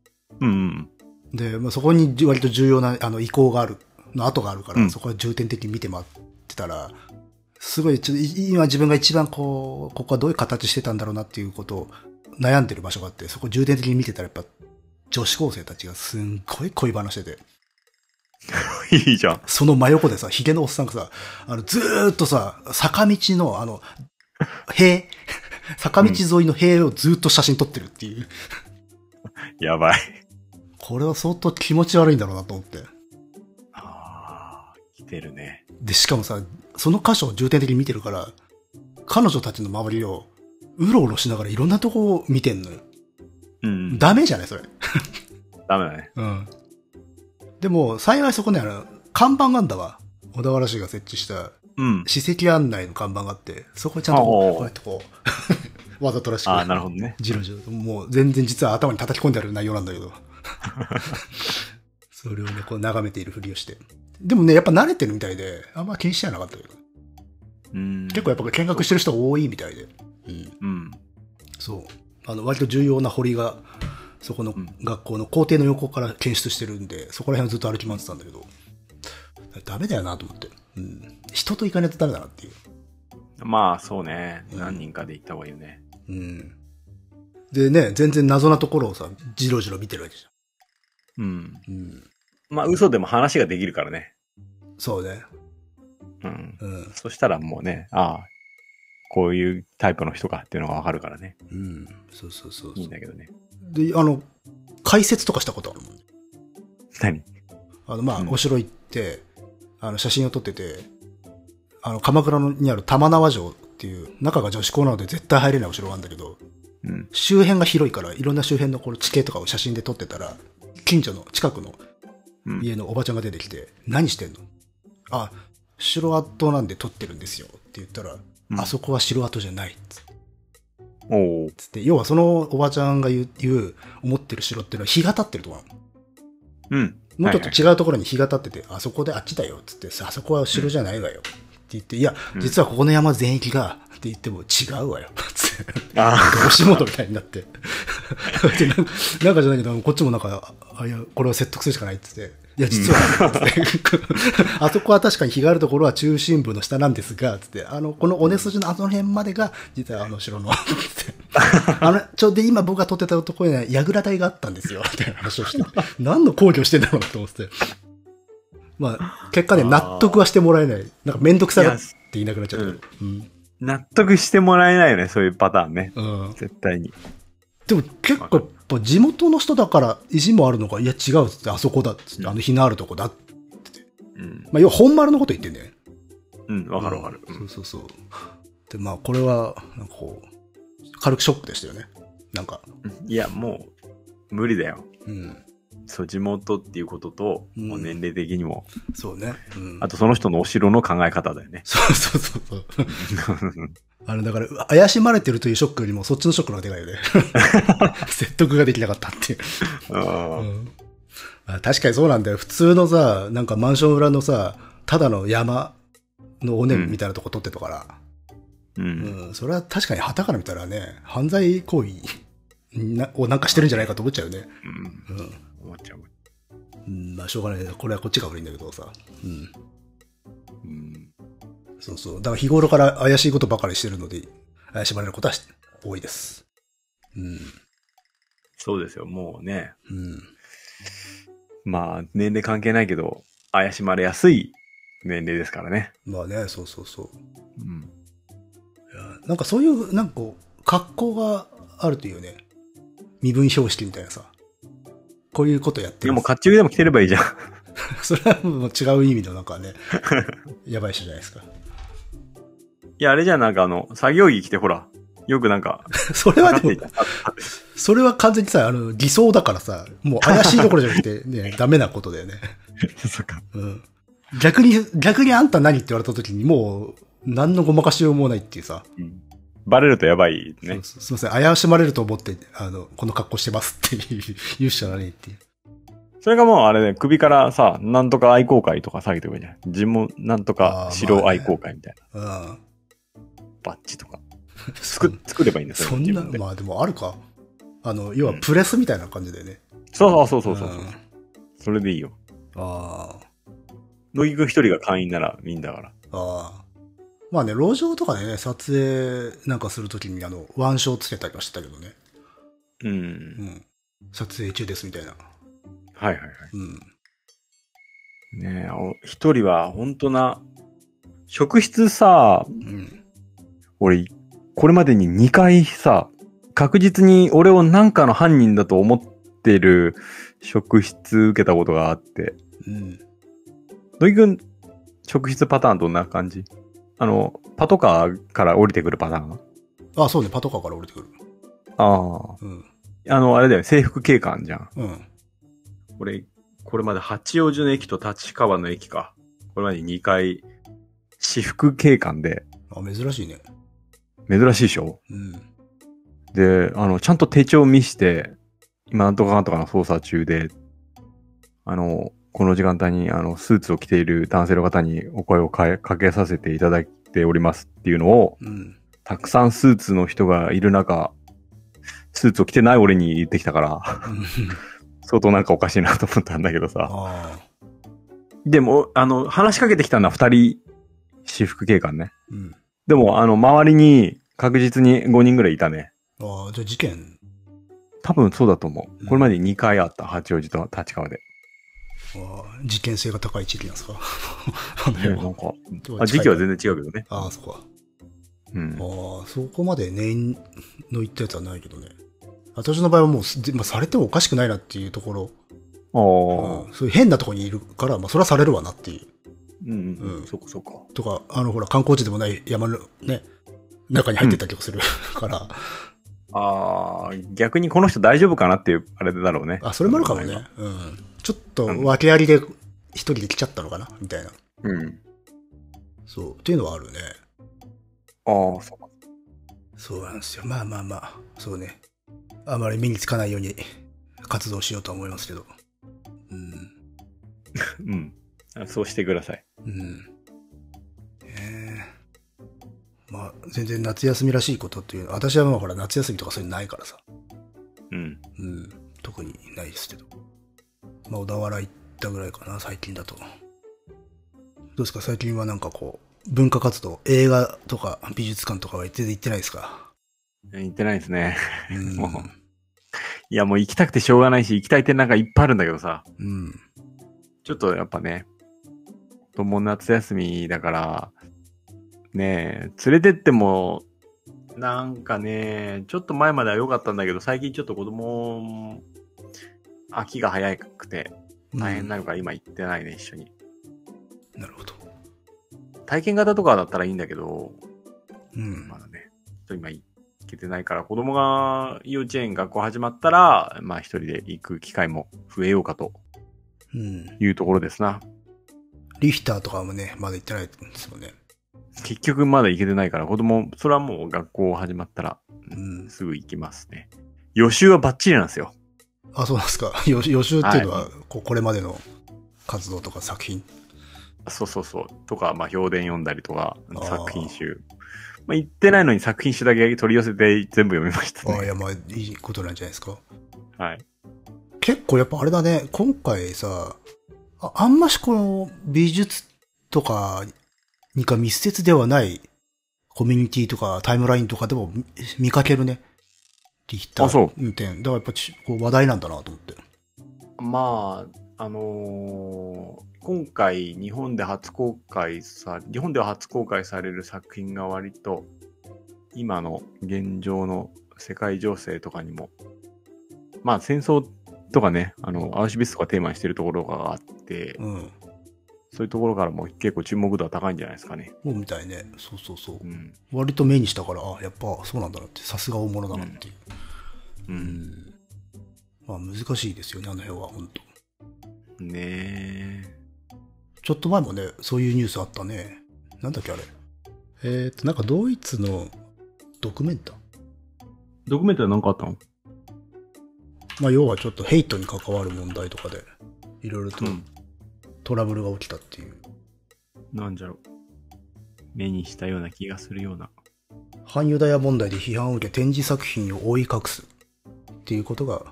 Speaker 1: うん。
Speaker 2: で、まあ、そこに割と重要なあの遺構がある、の跡があるから、
Speaker 1: うん
Speaker 2: そこは重点的に見て回ってたら、すごい、ちょっとい今自分が一番こう、ここはどういう形してたんだろうなっていうことを悩んでる場所があって、そこ重点的に見てたらやっぱ、女子高生たちがすんごい恋話してて、
Speaker 1: いいじゃん。
Speaker 2: その真横でさ、ヒゲのおっさんがさ、あの、ずーっとさ、坂道の、あの、塀、坂道沿いの塀をずーっと写真撮ってるっていう、
Speaker 1: やばい。
Speaker 2: これは相当気持ち悪いんだろうなと思って。
Speaker 1: ああ、来てるね。
Speaker 2: で、しかもさ、その箇所を重点的に見てるから、彼女たちの周りを、うろうろしながらいろんなとこを見てんのよ。
Speaker 1: うん。
Speaker 2: ダメじゃないそれ。
Speaker 1: ダメだね。
Speaker 2: うん。でも、幸いそこね、あの、看板があんだわ。小田原市が設置した、
Speaker 1: うん。
Speaker 2: 史跡案内の看板があって、そこにちゃんと
Speaker 1: おう
Speaker 2: こ
Speaker 1: おう
Speaker 2: う、こうやってこう、 わざとらしく。
Speaker 1: ああ、なるほどね。
Speaker 2: ジロジロ。もう全然実は頭に叩き込んである内容なんだ けど。それをね、こう眺めているふりをして。でもね、やっぱ慣れてるみたいで、あんま気にしてはなかったけど。
Speaker 1: うん。
Speaker 2: 結構やっぱ見学してる人が多いみたいで。うん。
Speaker 1: うん。
Speaker 2: そう。あの、割と重要な堀が、そこの
Speaker 1: うん
Speaker 2: 学校の校庭の横から検出してるんで、そこら辺をずっと歩き回ってたんだけど、ダメだよなと思って。うん。人と行かないとダメだなっていう。
Speaker 1: まあ、そうね。
Speaker 2: うん
Speaker 1: 何人かで行った方がいいよね。
Speaker 2: うん。でね、全然謎なところをさ、じろじろ見てるわけじ
Speaker 1: うん。
Speaker 2: ゃん。うん。
Speaker 1: まあ、嘘でも話ができるからね。
Speaker 2: そうね。
Speaker 1: うん。
Speaker 2: うん。
Speaker 1: そしたらもうね、ああ、こういうタイプの人かっていうのがわかるからね。
Speaker 2: うん。そうそうそう
Speaker 1: いい
Speaker 2: そ
Speaker 1: んだけどね。
Speaker 2: う。で、あの、解説とかしたことあるもん。
Speaker 1: 何
Speaker 2: あの、まあ、
Speaker 1: うん
Speaker 2: お城行って、あの、写真を撮ってて、あの、鎌倉のにある玉縄城っていう、中が女子校なので絶対入れないお城があるんだけど、
Speaker 1: うん。
Speaker 2: 周辺が広いから、いろんな周辺のこの地形とかを写真で撮ってたら、近所の近くの
Speaker 1: うん
Speaker 2: 家のおばちゃんが出てきて、何してんのあ、城跡なんで撮ってるんですよって言ったら、
Speaker 1: うん
Speaker 2: あそこは城跡じゃないっつって
Speaker 1: おお。
Speaker 2: つって、要はそのおばちゃんが言う、言う思ってる城っていうのは日が立ってるとこなの。
Speaker 1: うん。
Speaker 2: もうちょっと違うところに日が立ってて、あそこであっちだよっつってさ、あそこは城じゃないわよ。って言って、いや、
Speaker 1: うん
Speaker 2: 実はここの山全域が、って言っても違うわよ。つって、
Speaker 1: あ
Speaker 2: 押し元みたいになって。 でなんかなんかじゃないけど、こっちもなんか、あいや、これは説得するしかないっつって。いや、実は、つって あそこは確かに日があるところは中心部の下なんですが、つって、あの、この尾根筋のあの辺までが、実はあの城の、つって。あの、ちょ、で、今僕が撮ってたところには、櫓台があったんですよ、みたいな話をして。何の抗議をしてんだろうなと思って。まあ、結果ね、
Speaker 1: あー
Speaker 2: 納得はしてもらえない。なんかめんどく
Speaker 1: あ。
Speaker 2: さ
Speaker 1: い
Speaker 2: が
Speaker 1: や
Speaker 2: って、言いなくなっちゃったけど。うん。
Speaker 1: 納得してもらえないよね、そういうパターンね。
Speaker 2: うん。
Speaker 1: 絶対に。
Speaker 2: でも結構やっぱ地元の人だから意地もあるのか、いや違うっつって、あそこだっつっ
Speaker 1: うん
Speaker 2: て、あの日のあるとこだっ
Speaker 1: うん。
Speaker 2: まあ要は本丸のこと言ってんだよね。
Speaker 1: うん、わかるわかる。う
Speaker 2: うん
Speaker 1: ん
Speaker 2: そうそうそう。で、まあこれは、なんかこう、軽くショックでしたよね。なんか、
Speaker 1: いや、もう、無理だよ。
Speaker 2: うん。
Speaker 1: そう、地元っていうことと、
Speaker 2: うん
Speaker 1: もう年齢的にも、
Speaker 2: そうね。うん。
Speaker 1: あ。とその人のお城の考え方だよね
Speaker 2: そうそうそう そう。あの、だから、怪しまれてるというショックよりも、そっちのショックの方がでかいよね。 説得ができなかったっていう。
Speaker 1: うん
Speaker 2: うんあ確かにそうなんだよ。普通のさ、なんかマンション裏のさ、ただの山の尾根みたいなとこ撮ってたから、
Speaker 1: う。
Speaker 2: うんん、それは確かに旗から見たらね、犯罪行為なをなんかしてるんじゃないかと思っちゃうよね。
Speaker 1: うん。
Speaker 2: うん
Speaker 1: 思っちゃう。
Speaker 2: うん。まあしょうがない。これはこっちが悪いんだけどさ。うん。
Speaker 1: うん。
Speaker 2: そうそう。だから日頃から怪しいことばかりしてるので、怪しまれることは多いです。うん。
Speaker 1: そうですよ、もうね。
Speaker 2: うん。
Speaker 1: まあ、年齢関係ないけど、怪しまれやすい年齢ですからね。
Speaker 2: まあね、そうそうそう。
Speaker 1: うん。
Speaker 2: いやなんかそういう、なんかこう、格好があるというね。身分表示みたいなさ。こういうことやって
Speaker 1: でも、
Speaker 2: ます
Speaker 1: 甲冑でも着てればいいじゃん。
Speaker 2: それはもう違う意味のなんかね、やばい人じゃないですか。
Speaker 1: いや、あれじゃん、なんかあの、作業着着てほら、よくなんか、
Speaker 2: それはで も
Speaker 1: か、
Speaker 2: それは完全にさ、あの、偽装だからさ、もう怪しいところじゃな くて、ね、ダメなことだよね。
Speaker 1: そっか。
Speaker 2: うん。逆に、逆にあんた何って言われた時にもう、何のごまかしようもないっていうさ、
Speaker 1: うんバレるとやばいね。
Speaker 2: すすいません、怪しまれると思って、あの、この格好してますっていう、言うしかないっていう。
Speaker 1: それがもうあれね、首からさ、なんとか愛好会とか下げておけばいいじゃん。自分なんとか白愛好会みたいな。
Speaker 2: うん。
Speaker 1: バッジとか。作っ、作ればいいんですよ。
Speaker 2: そん
Speaker 1: 自
Speaker 2: な、
Speaker 1: 分で
Speaker 2: まあでもあるか。あの、要はプレスみたいな感じだよね。
Speaker 1: そうそうそうそうそう、
Speaker 2: ん
Speaker 1: それでいいよ。
Speaker 2: ああ。
Speaker 1: 乃木くん一人が会員ならいいんだから。
Speaker 2: ああ。まあね、路上とかでね、撮影なんかするときに、あの、腕章つけたりはしてたけどね。
Speaker 1: う。
Speaker 2: うんん。撮影中ですみたいな。
Speaker 1: はいはいはい。
Speaker 2: うん。
Speaker 1: ねえ、お一人は本当な、職質さ、
Speaker 2: うん。
Speaker 1: 俺、これまでに2回さ、確実に俺をなんかの犯人だと思ってる職質受けたことがあって。
Speaker 2: うん。
Speaker 1: 乃木くん、職質パターンどんな感じあの、パトカーから降りてくるパターン
Speaker 2: あ、そうね、パトカーから降りてくる。
Speaker 1: あ
Speaker 2: うん。
Speaker 1: あ。あの、あれだよね、制服警官じゃん。
Speaker 2: うん。
Speaker 1: 俺、これまで八王子の駅と立川の駅か。これまで2回、私服警官で、
Speaker 2: あ、珍しいね。
Speaker 1: 珍しいでしょ
Speaker 2: うん。
Speaker 1: で、あの、ちゃんと手帳見して、今なんとかなんとかの捜査中で、あの、この時間帯に、あの、スーツを着ている男性の方にお声をかえかけさせていただいておりますっていうのを、
Speaker 2: うん。
Speaker 1: たくさんスーツの人がいる中、スーツを着てない俺に言ってきたから、
Speaker 2: うん
Speaker 1: 相当なんかおかしいなと思ったんだけどさ。
Speaker 2: ああ。
Speaker 1: でも、あの、話しかけてきたのは二人、私服警官ね。
Speaker 2: うん。
Speaker 1: でも、あの、周りに確実に5人ぐらいいたね。
Speaker 2: ああ、じゃあ事件。
Speaker 1: 多分そうだと思
Speaker 2: う
Speaker 1: う。
Speaker 2: ん
Speaker 1: これまで2回あった、八王子と立川で。
Speaker 2: ああ、事件性が高い地域なんですか
Speaker 1: ねなんか、
Speaker 2: あ
Speaker 1: あ時期は
Speaker 2: 然。
Speaker 1: 全然違うけどね。
Speaker 2: ああ、そっか。
Speaker 1: うん。
Speaker 2: ああ、そこまで念の言ったやつはないけどね。私の場合はもうす、でまあ、されてもおかしくないなっていうところ、
Speaker 1: あ
Speaker 2: う
Speaker 1: あ
Speaker 2: ん、そういう変なとこにいるから、まあ、それはされるわなっていう。
Speaker 1: うん。
Speaker 2: う
Speaker 1: うんん。そっかそっか。
Speaker 2: とか、あの、ほら、観光地でもない山のね、中に入ってったりとかす るから、
Speaker 1: ああ、逆にこの人大丈夫かなっていう、あれだろうね。
Speaker 2: あ、それもあるかもね。うん。ちょっと訳ありで一人で来ちゃったのかなみたいな。
Speaker 1: うん。
Speaker 2: そう。っていうのはあるね。
Speaker 1: ああ、そうか。
Speaker 2: そうなんですよ。まあまあまあ、そうね。あまり身につかないように活動しようとは思いますけど。うん。
Speaker 1: うん。そうしてください。
Speaker 2: うん。ええまあ、全然夏休みらしいことっていうの私はまあほら夏休みとかそういうのないからさ。
Speaker 1: うん。
Speaker 2: うん。特にないですけど。まあ、小田原行ったぐらいかな、最近だと。どうですか、最近はなんかこう、文化活動、映画とか美術館とかは全然行ってないですか。
Speaker 1: 言ってないですね。
Speaker 2: うん。
Speaker 1: もいや、もう行きたくてしょうがないし、行きたい点なんかいっぱいあるんだけどさ。
Speaker 2: うん。
Speaker 1: ちょっとやっぱね、子供夏休みだから、ねえ、連れてっても、なんかね、ちょっと前までは良かったんだけど、最近ちょっと子供、秋が早くて大変になるから今行ってないね、一緒に。
Speaker 2: うんなるほど。
Speaker 1: 体験型とかだったらいいんだけど、
Speaker 2: うん
Speaker 1: ま。だね、ちょっと今行けてないから、子供が幼稚園学校始まったら、まあ一人で行く機会も増えようかと
Speaker 2: うん。
Speaker 1: いうところですな。
Speaker 2: リヒターとかもね、まだ行ってないですもんね。
Speaker 1: 結局まだ行けてないから、子供、それはもう学校始まったら
Speaker 2: うん。
Speaker 1: すぐ行きますね。予習はバッチリなんですよ。
Speaker 2: あ、そうなんですか。 予予習っていうのは、こうこれまでの活動とか作品。
Speaker 1: そうそうそう。とか、まあ、評伝読んだりとか
Speaker 2: あ、ー
Speaker 1: 作品集。まあ、行ってないのに作品集だけ取り寄せて全部読みました
Speaker 2: ああ、い
Speaker 1: ね。
Speaker 2: や、まあ、いいことなんじゃないですか。
Speaker 1: はい。
Speaker 2: 結構やっぱあれだね、今回さ、ああんましこの美術とかにか密接ではないコミュニティとかタイムラインとかでも見見かけるね。リヒタ
Speaker 1: あそ
Speaker 2: ー運転。だからやっぱちこう話題なんだなと思って。
Speaker 1: まあ、あのー今回日本で初公開さ、日本では初公開される作品が割と今の現状の世界情勢とかにも、まあ戦争とかね、あの、アウシュビスとかテーマにしてるところがあって、
Speaker 2: うん。
Speaker 1: そういうところからも結構注目度は高いんじゃないですかね。
Speaker 2: もうみたいね。そうそうそう
Speaker 1: う。ん。
Speaker 2: 割と目にしたから、あ、やっぱそうなんだなって、さすが大物だなっていう。
Speaker 1: う。
Speaker 2: うんん。まあ難しいですよね、あの辺は、本当
Speaker 1: ねえ。
Speaker 2: ちょっと前もね、そういうニュースあったね。なんだっけ、あれ。えーと、なんかドイツのドキュメンタ
Speaker 1: ドキュメンタリーなんかあったの
Speaker 2: まあ要はちょっとヘイトに関わる問題とかで、いろいろと
Speaker 1: うん。
Speaker 2: トラブルが起きたっていう。
Speaker 1: なんじゃろう。目にしたような気がするような。
Speaker 2: 反ユダヤ問題で批判を受け展示作品を覆い隠すっていうことが、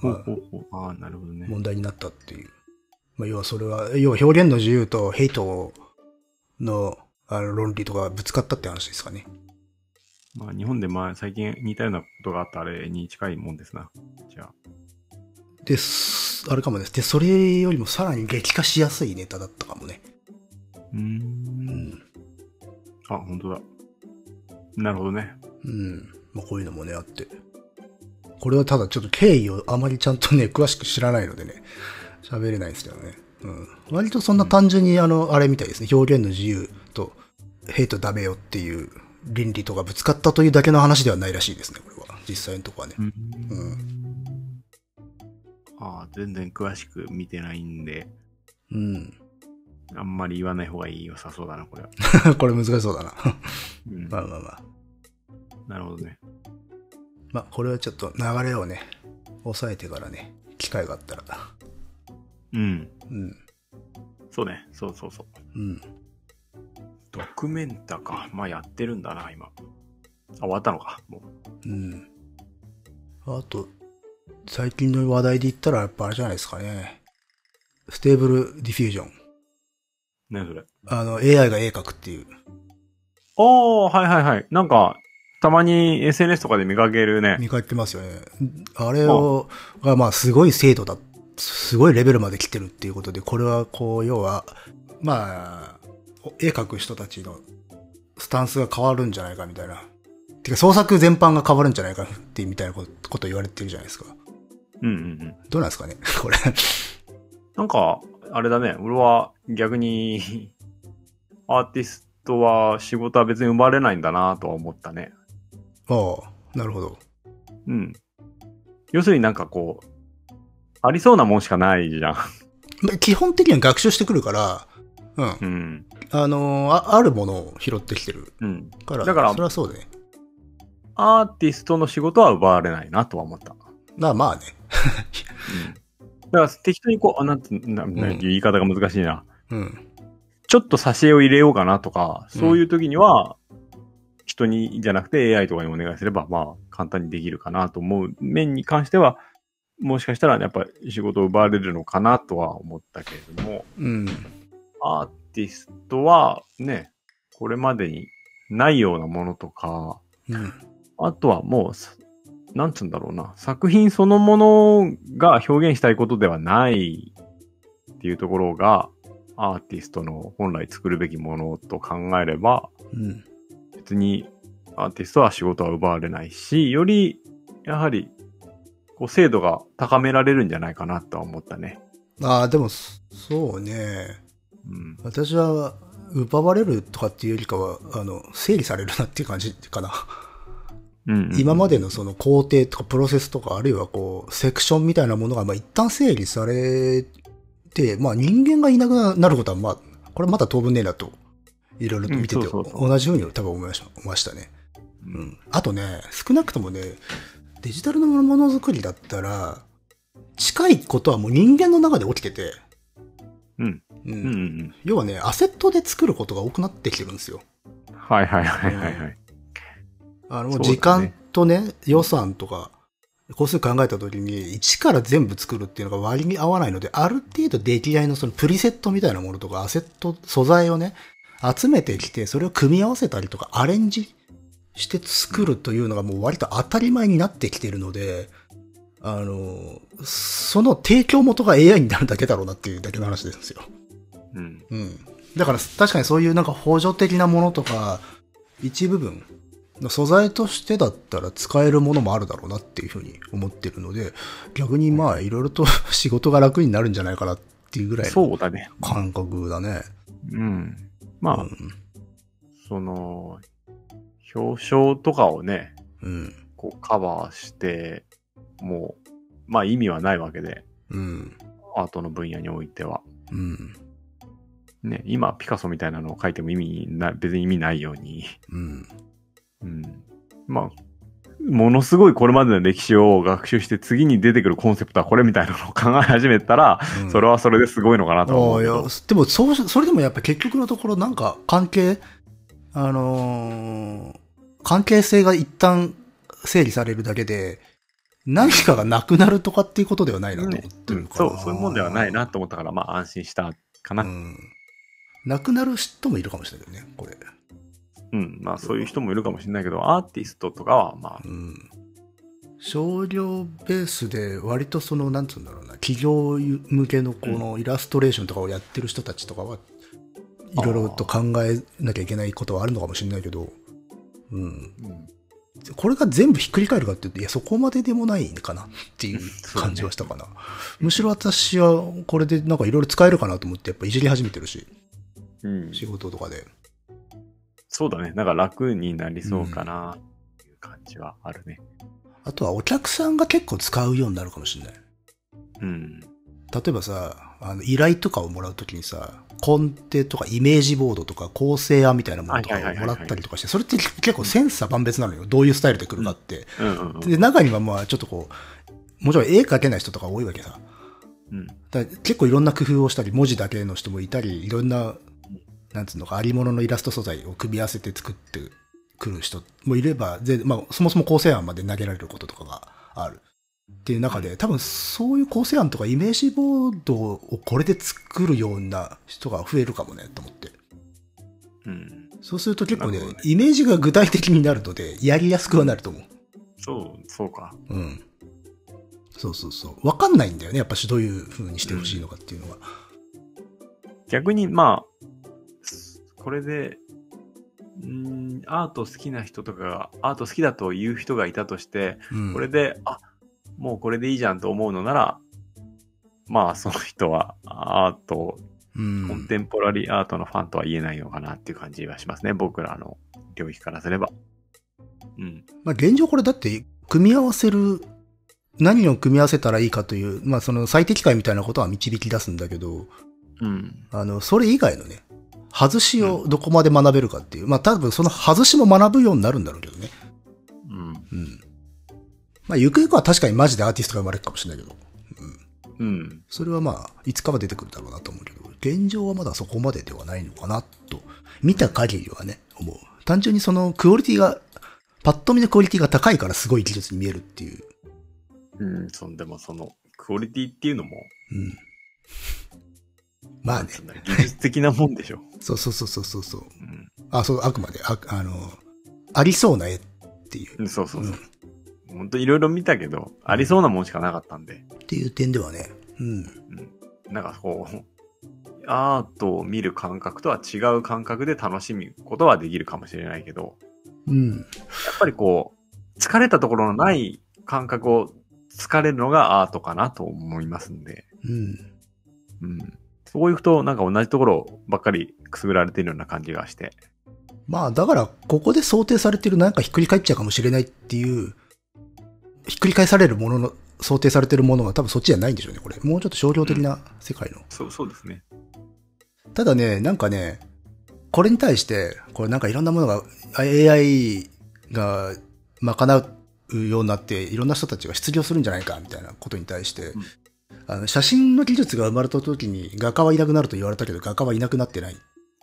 Speaker 1: ほ
Speaker 2: ま
Speaker 1: う
Speaker 2: あ、
Speaker 1: ほうほう。ああ、なるほどね。
Speaker 2: 問題になったっていう。まあ、要はそれは、要は表現の自由とヘイトのあの論理とかぶつかったって話ですかね。
Speaker 1: まあ、日本でまあ最近似たようなことがあったあれに近いもんですな。じゃあ。
Speaker 2: で、すあれかもです。で、それよりもさらに激化しやすいネタだったかもね。
Speaker 1: うー。
Speaker 2: うんん。
Speaker 1: あ、本当だ。なるほどね。
Speaker 2: うん。まあ、こういうのもね、あって。これはただちょっと経緯をあまりちゃんとね、 詳しく知らないのでね、喋れないですけどね。うん。割とそんな単純に、あの、あれみたいですね。表現の自由と、ヘイトダメよっていう倫理とかぶつかったというだけの話ではないらしいですね、これは。実際のとこはね。
Speaker 1: うん
Speaker 2: う
Speaker 1: ああ、全然詳しく見てないんで、
Speaker 2: うん。
Speaker 1: あんまり言わない方がいい良さそうだな、これは。
Speaker 2: これ難しそうだな。
Speaker 1: うん、
Speaker 2: まあまあまあ。
Speaker 1: なるほどね。
Speaker 2: まあ、これはちょっと流れをね、抑えてからね、機会があったら。
Speaker 1: うん。
Speaker 2: うん。
Speaker 1: そうね。そうそうそう。
Speaker 2: うん。
Speaker 1: ドキュメンタか。まあやってるんだな、今。あ、終わったのか。もう。
Speaker 2: うん。あと、最近の話題で言ったらやっぱあれじゃないですかね。ステーブルディフュージョン。
Speaker 1: 何それ。
Speaker 2: あの、AI が絵描くっていう。
Speaker 1: ああ、はいはいはい。なんか、たまに SNS とかで見かけるね。
Speaker 2: 見返ってますよね。あれを、がまあすごい精度だ、すごいレベルまで来てるっていうことで、これはこう、要は、まあ、お絵描く人たちのスタンスが変わるんじゃないかみたいな。てか創作全般が変わるんじゃないかってみたいなことこと言われてるじゃないですか。
Speaker 1: うんうんうん。
Speaker 2: どうなんですかね これ。
Speaker 1: なんか、あれだね。俺は逆に、 アーティストは仕事は別に生まれないんだなとは思ったね。
Speaker 2: ああ、なるほど。
Speaker 1: うん。要するになんかこう、ありそうなもんしかないじゃん。
Speaker 2: まあ基本的には学習してくるから、う
Speaker 1: う
Speaker 2: ん。
Speaker 1: ん。
Speaker 2: あのーあ、あるものを拾ってきてる
Speaker 1: うん。
Speaker 2: から、
Speaker 1: だから
Speaker 2: それはそうだね。
Speaker 1: アーティストの仕事は奪われないなとは思った。
Speaker 2: まあまあね。
Speaker 1: だから適当にこう、あ、なんて、なな
Speaker 2: うん
Speaker 1: 言い方が難しいな。
Speaker 2: うん。
Speaker 1: ちょっと挿絵を入れようかなとか、そういう時には、人にじゃなくて AI とかにお願いすれば、まあ、簡単にできるかなと思う面に関しては、もしかしたら、やっぱり仕事を奪われるのかなとは思ったけれども、
Speaker 2: うん。
Speaker 1: アーティストはね、これまでにないようなものとか、
Speaker 2: うん。
Speaker 1: あとはもうさ、なんつうんだろうな、作品そのものが表現したいことではないっていうところが、アーティストの本来作るべきものと考えれば、
Speaker 2: うん。
Speaker 1: 別にアーティストは仕事は奪われないし、より、やはり、こう、精度が高められるんじゃないかなとは思ったね。
Speaker 2: ああ、でも、そそうね。
Speaker 1: うん。
Speaker 2: 私は、奪われるとかっていうよりかは、あの、整理されるなっていう感じかな。
Speaker 1: うん、うん
Speaker 2: 今までのその工程とかプロセスとか、あるいはこう、セクションみたいなものが、まあ一旦整理されて、まあ人間がいなくなることは、まあ、これまだ当分ねえなと、いろいろと見て
Speaker 1: うん
Speaker 2: て、
Speaker 1: そうそうそう
Speaker 2: 同じように多分思いました思いましたね。
Speaker 1: う。
Speaker 2: うんん。あとね、少なくともね、デジタルのものづくりだったら、近いことはもう人間の中で起きてて、
Speaker 1: うん。
Speaker 2: う。
Speaker 1: うん。うんん。
Speaker 2: 要はね、アセットで作ることが多くなってきてるんですよ。
Speaker 1: はいはいはいはいはい。
Speaker 2: あ
Speaker 1: そ
Speaker 2: の、
Speaker 1: うだね
Speaker 2: 時間とね、予算とか、個数考えた時に、一から全部作るっていうのが割に合わないので、ある程度出来合いのそのプリセットみたいなものとか、アセット、素材をね、集めてきて、それを組み合わせたりとか、アレンジして作るというのがもう割と当たり前になってきてるので、あの、その提供元が AI になるだけだろうなっていうだけの話ですよ。
Speaker 1: うん。
Speaker 2: うん。だから確かにそういうなんか補助的なものとか、一部分の素材としてだったら使えるものもあるだろうなっていうふうに思ってるので、逆にまあいろいろと 仕事が楽になるんじゃないかなっていうぐらいの
Speaker 1: そうだね。
Speaker 2: 感覚だね。
Speaker 1: うん。
Speaker 2: う
Speaker 1: まあ、
Speaker 2: ん。
Speaker 1: その、表彰とかをね、
Speaker 2: うん。
Speaker 1: こうカバーして、もう、まあ意味はないわけで、
Speaker 2: うん。
Speaker 1: アートの分野においては。
Speaker 2: うん。
Speaker 1: ね、今、ピカソみたいなのを書いても意味な、別に意味ないように。
Speaker 2: うん。
Speaker 1: うん。まあ、ものすごいこれまでの歴史を学習して次に出てくるコンセプトはこれみたいなのを考え始めたら、
Speaker 2: うん
Speaker 1: それはそれですごいのかなとは思う
Speaker 2: ああ、
Speaker 1: け
Speaker 2: い
Speaker 1: ど
Speaker 2: や、でも、そうし、それでもやっぱ結局のところなんか関係、あのー関係性が一旦整理されるだけで、何かがなくなるとかっていうことではないなと思って
Speaker 1: う
Speaker 2: る
Speaker 1: ん
Speaker 2: か
Speaker 1: そ
Speaker 2: ら、
Speaker 1: う、そういうもんではないなと思ったから、まあ安心したか
Speaker 2: う
Speaker 1: な。うん、
Speaker 2: ん。なくなる人もいるかもしれないけどね、これ。
Speaker 1: まあそういう人もいるかもしれないけど、アーティストとかは、まあ、
Speaker 2: うん。少量ベースで割とその、なんつうんだろうな、企業向けのこのイラストレーションとかをやってる人たちとかは、いろいろと考えなきゃいけないことはあるのかもしれないけど、うん。
Speaker 1: うん
Speaker 2: これが全部ひっくり返るかっていうと、いや、そこまででもないかなっていう感じはしたかな。むしろ私はこれでなんかいろいろ使えるかなと思って、やっぱいじり始めてるし、
Speaker 1: うん
Speaker 2: 仕事とかで。
Speaker 1: そうだね。なんか楽になりそうかな、っていう感じはあるね。
Speaker 2: あとはお客さんが結構使うようになるかもしれない。
Speaker 1: うん。
Speaker 2: 例えばさ、あの依頼とかをもらうときにさ、コンテとかイメージボードとか構成案みたいなものとかを
Speaker 1: はいはいはい
Speaker 2: も
Speaker 1: はい
Speaker 2: ら
Speaker 1: はい
Speaker 2: ったりとかして、それって結構センサー万別なのよ。どういうスタイルで来るかって。
Speaker 1: うんうんうん
Speaker 2: で、中にはまあちょっとこう、もちろん絵描けない人とか多いわけさ。
Speaker 1: うん。
Speaker 2: だから結構いろんな工夫をしたり、文字だけの人もいたり、いろんな、なんつうのか、ありもののイラスト素材を組み合わせて作ってくる人もいれば、ぜまあ、そもそも構成案まで投げられることとかがある。っていう中で、多分そういう構成案とかイメージボードをこれで作るような人が増えるかもね、と思って。
Speaker 1: うん。
Speaker 2: そうすると結構ね
Speaker 1: なるほどね
Speaker 2: イメージが具体的になるので、やりやすくはなると思う。
Speaker 1: そう、そうか。
Speaker 2: うん。そうそうそう。わかんないんだよね、やっぱしどういう風にしてほしいのかっていうのが。
Speaker 1: 逆に、まあ、すこれで、うん、アート好きな人とかが、アート好きだという人がいたとして、
Speaker 2: うん
Speaker 1: これで、あ、もうこれでいいじゃんと思うのなら、まあ、その人はアート、
Speaker 2: うん
Speaker 1: コンテンポラリーアートのファンとは言えないのかなっていう感じはしますね。僕らの領域からすれば。うん。
Speaker 2: まあ、現状これだって組み合わせる何を組み合わせたらいいかという、まあ、その最適解みたいなことは導き出すんだけど
Speaker 1: うん。
Speaker 2: あのそれ以外のね外しをどこまで学べるかっていう、まあ多分その外しも学ぶようになるんだろうけどね
Speaker 1: うん。
Speaker 2: うんまあゆくゆくは確かにマジでアーティストが生まれるかもしれないけど
Speaker 1: うん。
Speaker 2: それはまあいつかは出てくるだろうなと思うけど現状はまだそこまでではないのかなと見た限りはね思う単純にそのクオリティがパッと見のクオリティが高いからすごい技術に見えるっていう
Speaker 1: うん。そんでもその、クオリティっていうのも、
Speaker 2: うん。まあね。
Speaker 1: そんな技術的なもんでしょ。
Speaker 2: そうそうそうそうそうそう。
Speaker 1: うん
Speaker 2: あ、そう、あくまで、あ、あの、ありそうな絵っていう、
Speaker 1: うん。そうそう
Speaker 2: う
Speaker 1: そ
Speaker 2: ん
Speaker 1: う。ほんといろいろ見たけど、ありそうなもんしかなかったんで、
Speaker 2: っていう点ではね。うん。
Speaker 1: なんかこう、アートを見る感覚とは違う感覚で楽しむことはできるかもしれないけど、
Speaker 2: うん。
Speaker 1: やっぱりこう、疲れたところのない感覚を疲れるのがアートかなと思いますんで、
Speaker 2: うん。
Speaker 1: うん。そこ行くと、なんか同じところばっかりくすぐられてるような感じがして、
Speaker 2: まあ、だから、ここで想定されてるなんかひっくり返っちゃうかもしれないっていう、ひっくり返されるものの、想定されてるものが多分そっちじゃないんでしょうね、これ。もうちょっと商業的な世界の。
Speaker 1: そう、そうですね。
Speaker 2: ただね、なんかね、これに対して、これなんかいろんなものが、AI が賄うようになって、いろんな人たちが失業するんじゃないか、みたいなことに対して、
Speaker 1: うん
Speaker 2: あの写真の技術が生まれた時に画家はいなくなると言われたけど、画家はいなくなってない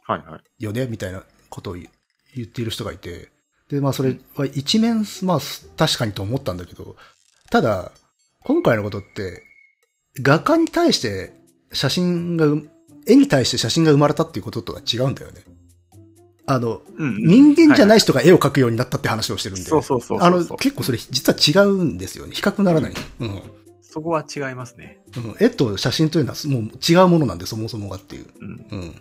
Speaker 1: はいはい。
Speaker 2: よね、みたいなことを言言っている人がいて、で、まあそれは一面、まあ確かにと思ったんだけど、ただ、今回のことって、画家に対して写真がう、絵に対して写真が生まれたっていうこととは違うんだよね。あの、
Speaker 1: うん
Speaker 2: 人間じゃないい人が絵を描くようになったって話をしてるんで、
Speaker 1: そうそうそうそう。
Speaker 2: あの、結構それ実は違うんですよね。比較にならない。うん。
Speaker 1: そこは違いますね。
Speaker 2: うん絵と写真というのはもう違うものなんで、そもそもがっていう。
Speaker 1: うん
Speaker 2: うん。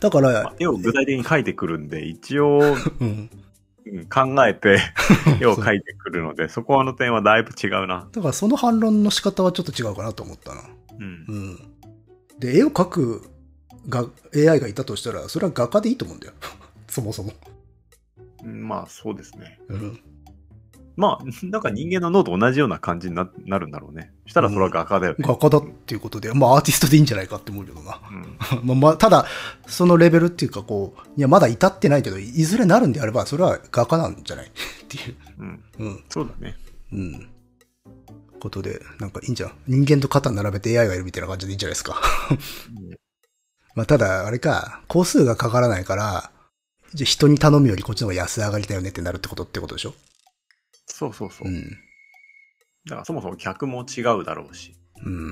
Speaker 2: だから、
Speaker 1: まあ絵を具体的に描いてくるんで、一応、
Speaker 2: うん。
Speaker 1: うん考えて絵を描いてくるので、そこの点はだいぶ違うな。
Speaker 2: だからその反論の仕方はちょっと違うかなと思ったな。
Speaker 1: うん
Speaker 2: う。ん。で、絵を描くが AI がいたとしたら、それは画家でいいと思うんだよ。 そもそも。
Speaker 1: うんまあ、そうですね。
Speaker 2: うん。
Speaker 1: まあ、 なんか人間の脳と同じような感じにななるんだろうね。したらそれは画家だよね。
Speaker 2: 画家だっていうことで、まあアーティストでいいんじゃないかって思うけどな。
Speaker 1: うん
Speaker 2: まあまあ、ただ、そのレベルっていうかこう、いや、まだ至ってないけど、いずれなるんであれば、それは画家なんじゃない っていう。
Speaker 1: うん。
Speaker 2: うん。
Speaker 1: そうだね。
Speaker 2: うん。ことで、なんかいいんじゃん。人間と肩並べて AI がいるみたいな感じでいいんじゃないですか。まあ、ただ、あれか、工数がかからないから、じゃあ人に頼むよりこっちの方が安上がりだよねってなるってことってことでしょ
Speaker 1: そうそうそうう。だ
Speaker 2: ん。
Speaker 1: からそもそも客も違うだろうし。
Speaker 2: うん。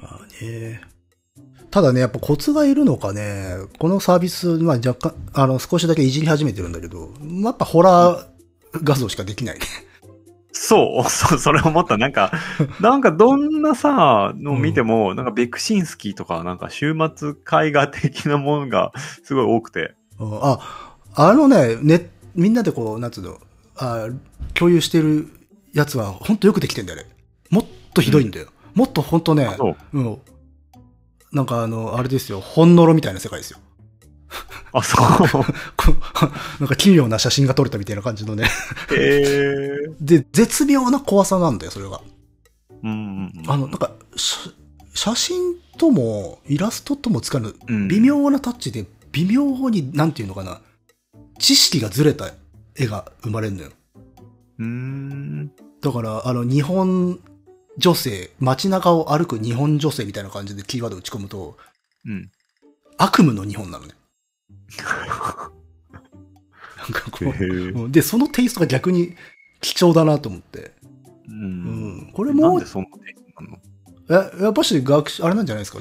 Speaker 2: まあね。ただね、やっぱコツがいるのかね、このサービス、まあ若干、あの、少しだけいじり始めてるんだけど、まあやっぱホラー画像しかで きないね。
Speaker 1: そう、 そう、それ思った。なん か、なんかどんなさ、のを見ても、なんかベクシンスキーとか、なんか週末絵画的なものがすごい多くて。
Speaker 2: うんあ、あのね、ね、みんなでこう、なんつうの、あ共有してるやつは、ほんとよくできてんだよね。もっとひどいんだよ。もっとほんとね、
Speaker 1: そう。
Speaker 2: うん。なんかあの、あれですよ、ほんのろみたいな世界ですよ。
Speaker 1: あ、そう。
Speaker 2: こうなんか奇妙な写真が撮れたみたいな感じのね。
Speaker 1: へー。
Speaker 2: で、絶妙な怖さなんだよ、それが。
Speaker 1: うんうんうん。
Speaker 2: あの、なんか、し写真とも、イラストともつかぬ、
Speaker 1: うん
Speaker 2: 微妙なタッチで、微妙に、なんていうのかな、知識がずれた絵が生まれるのよ。
Speaker 1: うーん。
Speaker 2: だから、あの、日本女性、街中を歩く日本女性みたいな感じでキーワード打ち込むと、
Speaker 1: うん。
Speaker 2: 悪夢の日本なのね。なんかこ
Speaker 1: へ
Speaker 2: う
Speaker 1: ー。
Speaker 2: うん。で、そのテイストが逆に貴重だなと思って。
Speaker 1: う
Speaker 2: うん
Speaker 1: ん。
Speaker 2: これも
Speaker 1: なんでそんなテンションなの
Speaker 2: え、やっぱし学習、あれなんじゃないですか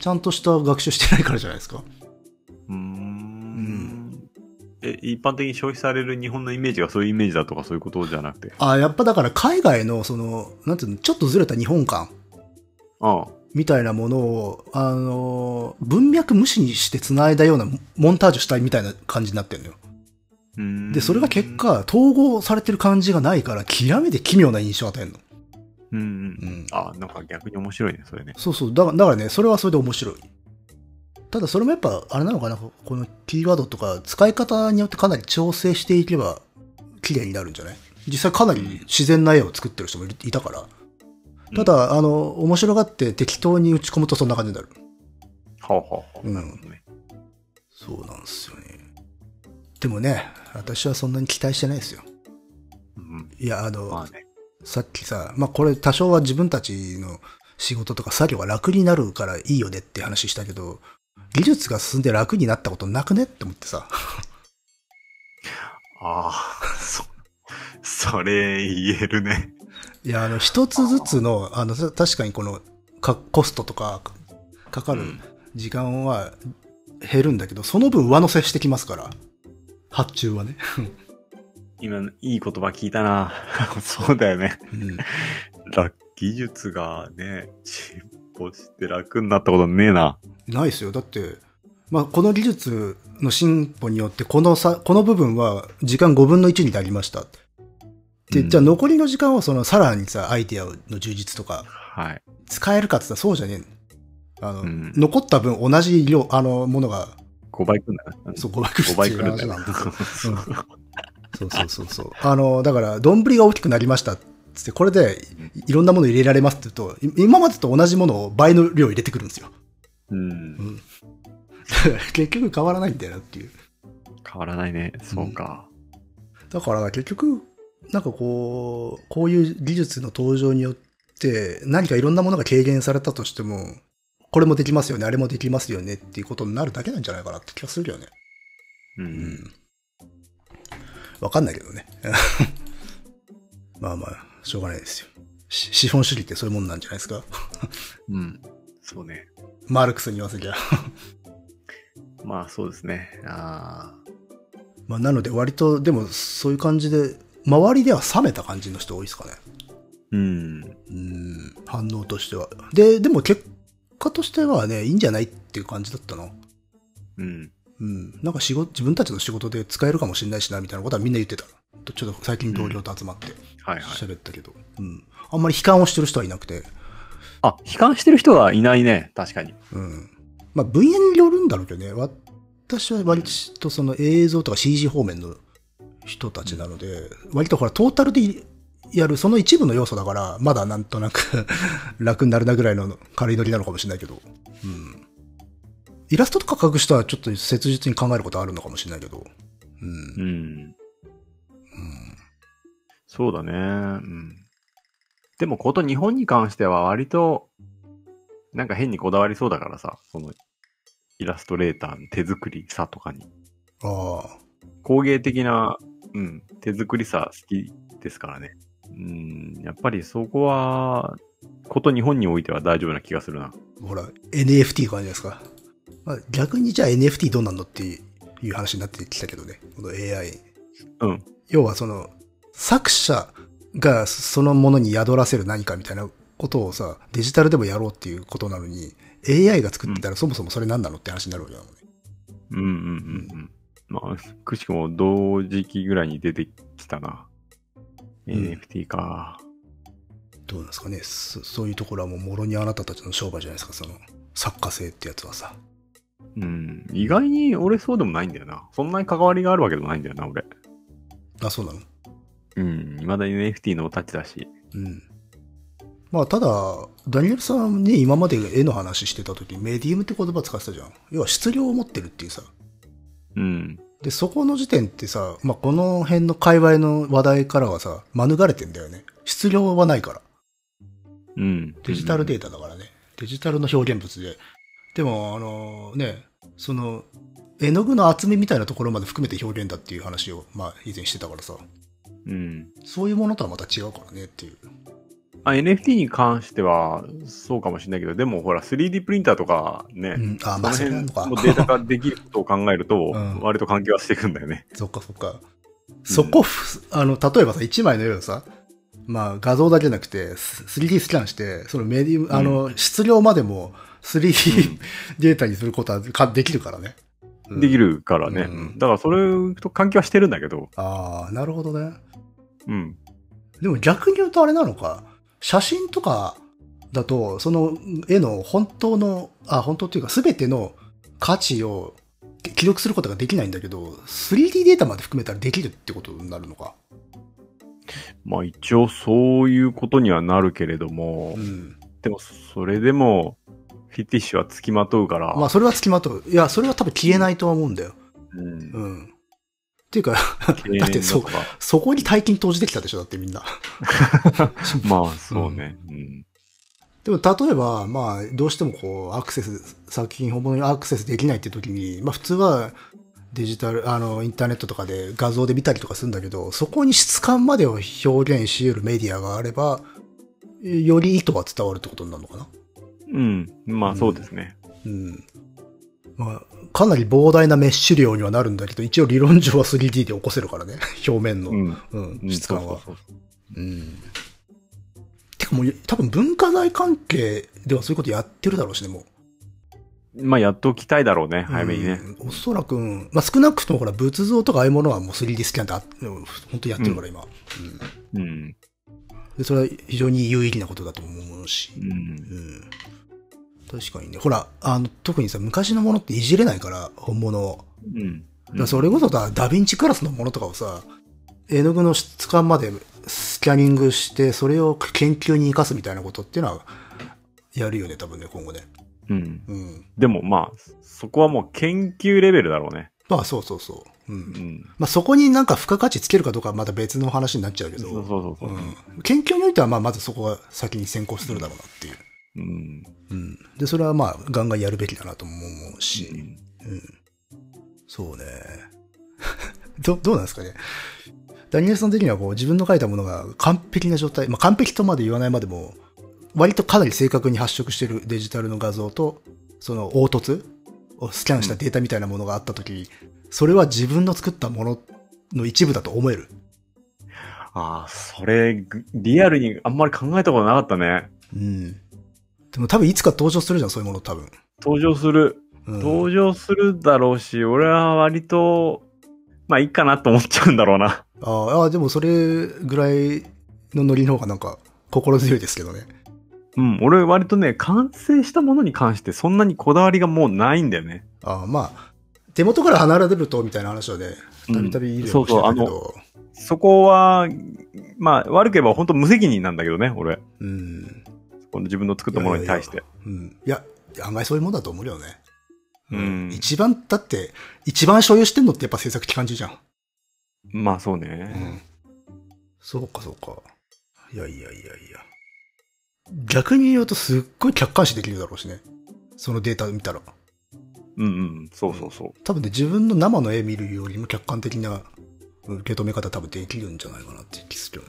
Speaker 2: ちゃんとした学習してないからじゃないですか
Speaker 1: うーん。え、一般的に消費される日本のイメージがそういうイメージだとかそういうことじゃなくて。
Speaker 2: あ、やっぱだから海外の、その、なんていうの、ちょっとずれた日本感
Speaker 1: ああ。
Speaker 2: みたいなものを、あの、文脈無視にして繋いだようなモンタージュしたいみたいな感じになってるのよ。
Speaker 1: うーん
Speaker 2: で、それが結。果、統合されてる感じがないから、極めて奇妙な印象を与えるの。
Speaker 1: うんうん
Speaker 2: う。ん。
Speaker 1: あ、なんか逆に面白いね、それね。
Speaker 2: そうそう。だからだからね、それはそれで面白い。ただ、それもやっぱ、あれなのかな、このキーワードとか、使い方によってかなり調整していけば、綺麗になるんじゃない実際かなり自然な絵を作ってる人もいるいたから。ただ、あの、面白がって適当に打ち込むとそんな感じになる。
Speaker 1: はあ、はあはあ、
Speaker 2: うん
Speaker 1: なるほどね。
Speaker 2: そうなんですよね。でもね、私はそんなに期待してないですよ。
Speaker 1: うん。
Speaker 2: いや、あの、
Speaker 1: まあね。
Speaker 2: さっきさ、まあ、これ多少は自分たちの仕事とか作業が楽になるからいいよねって話したけど、技術が進んで楽になったことなくねって思ってさ。
Speaker 1: あ あ、そ、それ言えるね。
Speaker 2: いや、あの、一つずつの、あの、た確かにこの、か、コストとか、かかる
Speaker 1: うん
Speaker 2: 時間は減るんだけど、その分上乗せしてきますから。発注はね。
Speaker 1: 今、いい言葉聞いたな。 そうだよね。
Speaker 2: うん。
Speaker 1: ら技術がね、進歩して楽になったことねえな。
Speaker 2: ないですよ。だって、まあ、この技術の進歩によって、このさ、この部分は時間5分の1になりました。で、
Speaker 1: うん
Speaker 2: じゃあ残りの時間はそのさらにさ、アイディアの充実とか、
Speaker 1: はい。
Speaker 2: 使えるかって言ったらそうじゃねえのあの、
Speaker 1: うん
Speaker 2: 残った分同じ量、あの、ものが、
Speaker 1: 5倍くんだな。
Speaker 2: そう、
Speaker 1: う
Speaker 2: 5倍くる
Speaker 1: 5
Speaker 2: っ
Speaker 1: 倍くる
Speaker 2: ていう
Speaker 1: んだ
Speaker 2: 話
Speaker 1: よ
Speaker 2: なんですよ。
Speaker 1: そう
Speaker 2: そうそうそうそう。あの、だから、丼が大きくなりましたっつって、これでいいろんなもの入れられますって言うと、い今までと同じものを倍の量入れてくるんですよ。
Speaker 1: うん。
Speaker 2: 結局変わらないんだよなっていう。
Speaker 1: 変わらないね。そうか。
Speaker 2: だから結局、なんかこう、こういう技術の登場によって、何かいろんなものが軽減されたとしても、これもできますよね、あれもできますよねっていうことになるだけなんじゃないかなって気がするよね。
Speaker 1: うん。
Speaker 2: うん。わかんないけどね。まあまあ、しょうがないですよ。し資本主義ってそういうもんなんじゃないですか。
Speaker 1: うん。そうね。
Speaker 2: マルクスに言わせりゃ。
Speaker 1: まあそうですね。ああ。
Speaker 2: まあなので割と、でもそういう感じで、周りでは冷めた感じの人多いですかね。
Speaker 1: うん。
Speaker 2: うん、反応としては。で、でも結果としてはね、いいんじゃないっていう感じだったな。
Speaker 1: うん。
Speaker 2: うん。なんか仕事、自分たちの仕事で使えるかもしれないしな、みたいなことはみんな言ってた。ちょっと最近同僚と集まって
Speaker 1: はいはい。
Speaker 2: 喋ったけど、うん。あんまり悲観をしてる人はいなくて、
Speaker 1: あ、悲観してる人はいないね。確かに。
Speaker 2: うん。まあ、分野によるんだろうけどね。私は割とその映像とか CG 方面の人たちなので、割とほら、トータルでやるその一部の要素だから、まだなんとなく 楽になるなぐらいの軽いノリなのかもしれないけど。うん。イラストとか描く人はちょっと切実に考えることあるのかもしれないけど。うん。
Speaker 1: うん。
Speaker 2: うん
Speaker 1: そうだね。うん。でもこと日本に関しては割と、なんか変にこだわりそうだからさ、その、イラストレーターの手作りさとかに。
Speaker 2: ああ。
Speaker 1: 工芸的な、うん、手作りさ好きですからね。うん、やっぱりそこは、こと日本においては大丈夫な気がするな。
Speaker 2: ほら、NFT 感じですか。まあ、逆にじゃあ NFT どうなんのっていう話になってきたけどね。この AI。
Speaker 1: うん。
Speaker 2: 要はその、作者がそのものに宿らせる何かみたいなことをさ、デジタルでもやろうっていうことなのに、AI が作ってたらそもそもそれ何なのって話になるわけだもんね。
Speaker 1: うんうんうんうん。まあ、くしくも同時期ぐらいに出てきたな。NFT か。
Speaker 2: どうなんですかね。そそういうところはもう、もろにあなたたちの商売じゃないですか、その、作家性ってやつはさ。
Speaker 1: うん。意外に俺そうでもないんだよな。そんなに関わりがあるわけでもないんだよな、俺。
Speaker 2: あ、そうなの
Speaker 1: うん。未だに NFT のタッチだし。
Speaker 2: うん。まあ、ただ、ダニエルさんね、今まで絵の話してた時、メディウムって言葉使ってたじゃん。要は質量を持ってるっていうさ。
Speaker 1: うん。
Speaker 2: で、そこの時点ってさ、まあ、この辺の界隈の話題からはさ、免れてんだよね。質量はないから。
Speaker 1: うん。
Speaker 2: デジタルデータだからね。デジタルの表現物で。でも、あのね、その、絵の具の厚みみたいなところまで含めて表現だっていう話を、まあ、以前してたからさ。
Speaker 1: うん。
Speaker 2: そういうものとはまた違うからねっていう。
Speaker 1: あ、NFT に関しては、そうかもしれないけど、でもほら、3D プリンターとかね、
Speaker 2: うん。あ、
Speaker 1: そ
Speaker 2: ま
Speaker 1: の
Speaker 2: あ、そう
Speaker 1: 辺
Speaker 2: な
Speaker 1: の
Speaker 2: のか。、
Speaker 1: データ化できることを考えると
Speaker 2: うん
Speaker 1: 割と関係はしていくんだよね。
Speaker 2: そっかそっか。そこ、ふあの、例えばさ、一枚の絵をさ、まあ、画像だけじゃなくて、ス 3D スキャンして、そのメディウム、あの、質量までも 3D、データにすることはかできるからね。うん
Speaker 1: でき。るからね。
Speaker 2: うん
Speaker 1: うんだから、それと関係はしてるんだけど、
Speaker 2: ああ、なるほどね。
Speaker 1: うん。
Speaker 2: でも逆に言うとあれなのか、写真とかだと、その絵の本当の、あ、本当っていうか全ての価値を記録することができないんだけど、3D データまで含めたらできるってことになるのか。
Speaker 1: まあ、一応、そういうことにはなるけれども
Speaker 2: う、ん。
Speaker 1: でも、それでも、フィティッシュは付きまとうから、
Speaker 2: まあ、それはつきまとう。いや、それは多分消えないとは 思うんだよ。
Speaker 1: うん
Speaker 2: う。ん。っていうか、
Speaker 1: 経年
Speaker 2: だってそう
Speaker 1: とか
Speaker 2: そこに大金投じてきたでしょ、だってみんな。
Speaker 1: まあ、そうね。うん。
Speaker 2: でも、例えば、まあ、どうしてもこう、アクセス、作品本物にアクセスできないって時に、まあ、普通は、デジタル、あの、インターネットとかで画像で見たりとかするんだけど、そこに質感までを表現し得るメディアがあれば、より意図は伝わるってことになるのかな
Speaker 1: うん。まあ、そうですね。
Speaker 2: うん。まあ、かなり膨大なメッシュ量にはなるんだけど、一応理論上は 3D で起こせるからね、 表面の。
Speaker 1: うん。
Speaker 2: う、
Speaker 1: うんん
Speaker 2: 質感は。
Speaker 1: そうそうそう
Speaker 2: うん。てかもう、多分文化財関係ではそういうことやってるだろうしね、もう。
Speaker 1: まあ、やっときたいだろうね、早めにね。
Speaker 2: うんおそらく、うんまあ、少なくともほら、仏像とかああいうものはもう 3D スキャンってあ、うん本当にやってるから、今。うん
Speaker 1: うん。
Speaker 2: で、それは非常に有意義なことだと思うし。
Speaker 1: うん
Speaker 2: うん。確かにね。ほら、あの、特にさ、昔のものっていじれないから、本物を。
Speaker 1: うん。
Speaker 2: だからそれこそだ、ダヴィンチクラスのものとかをさ、絵の具の質感までスキャニングして、それを研究に生かすみたいなことっていうのは、やるよね、多分ね、今後ね。
Speaker 1: うん。
Speaker 2: うん。
Speaker 1: でもまあ、そこはもう研究レベルだろうね。
Speaker 2: まあ、そうそうそう。う。
Speaker 1: うんん。
Speaker 2: まあ、そこになんか付加価値つけるかどうかはまた別の話になっちゃうけ
Speaker 1: そ
Speaker 2: ど、
Speaker 1: うそうそうそう。
Speaker 2: うん。研究においては、まあ、まずそこは先に先行するだろうなっていう。
Speaker 1: うん。
Speaker 2: うん。で、それはまあ、ガンガンやるべきだなとも思うし。
Speaker 1: う
Speaker 2: そうね。 ど、どうなんですかね。ダニエルさん的にはこう自分の書いたものが完璧な状態、まあ、完璧とまで言わないまでも、割とかなり正確に発色してるデジタルの画像と、その凹凸をスキャンしたデータみたいなものがあったとき、それは自分の作ったものの一部だと思える。
Speaker 1: ああ、それ、ぐリアルにあんまり考えたことなかったね。
Speaker 2: うん。でも多分いつか登場するじゃん、そういうもの多分。
Speaker 1: 登場する。
Speaker 2: うん、
Speaker 1: 登場するだろうし、俺は割と、まあいいかなと思っちゃうんだろうな。
Speaker 2: あーあー、でもそれぐらいのノリの方がなんか心強いですけどね。
Speaker 1: うん、俺割とね、完成したものに関してそんなにこだわりがもうないんだよね。
Speaker 2: ああ、まあ、手元から離れるとみたいな話はね、
Speaker 1: うん
Speaker 2: たびたびいいで
Speaker 1: そうそう
Speaker 2: してたけど、
Speaker 1: そこは、まあ悪く言えば本当無責任なんだけどね、俺。
Speaker 2: うん。
Speaker 1: この自分の作ったものに対して。
Speaker 2: うん。いや、案外そういうもんだと思うよね。
Speaker 1: うん
Speaker 2: 一番、だって、一番所有してんのってやっぱ制作期間中じゃん。
Speaker 1: まあそう
Speaker 2: う
Speaker 1: ね。
Speaker 2: ん。そうか、そうか。いやいやいやいや。逆に言うとすっごい客観視できるだろうしね。そのデータ見たら。
Speaker 1: うんうん、そうそうそう。
Speaker 2: 多分ね、自分の生の絵見るよりも客観的な受け止め方多分できるんじゃないかなって気するよ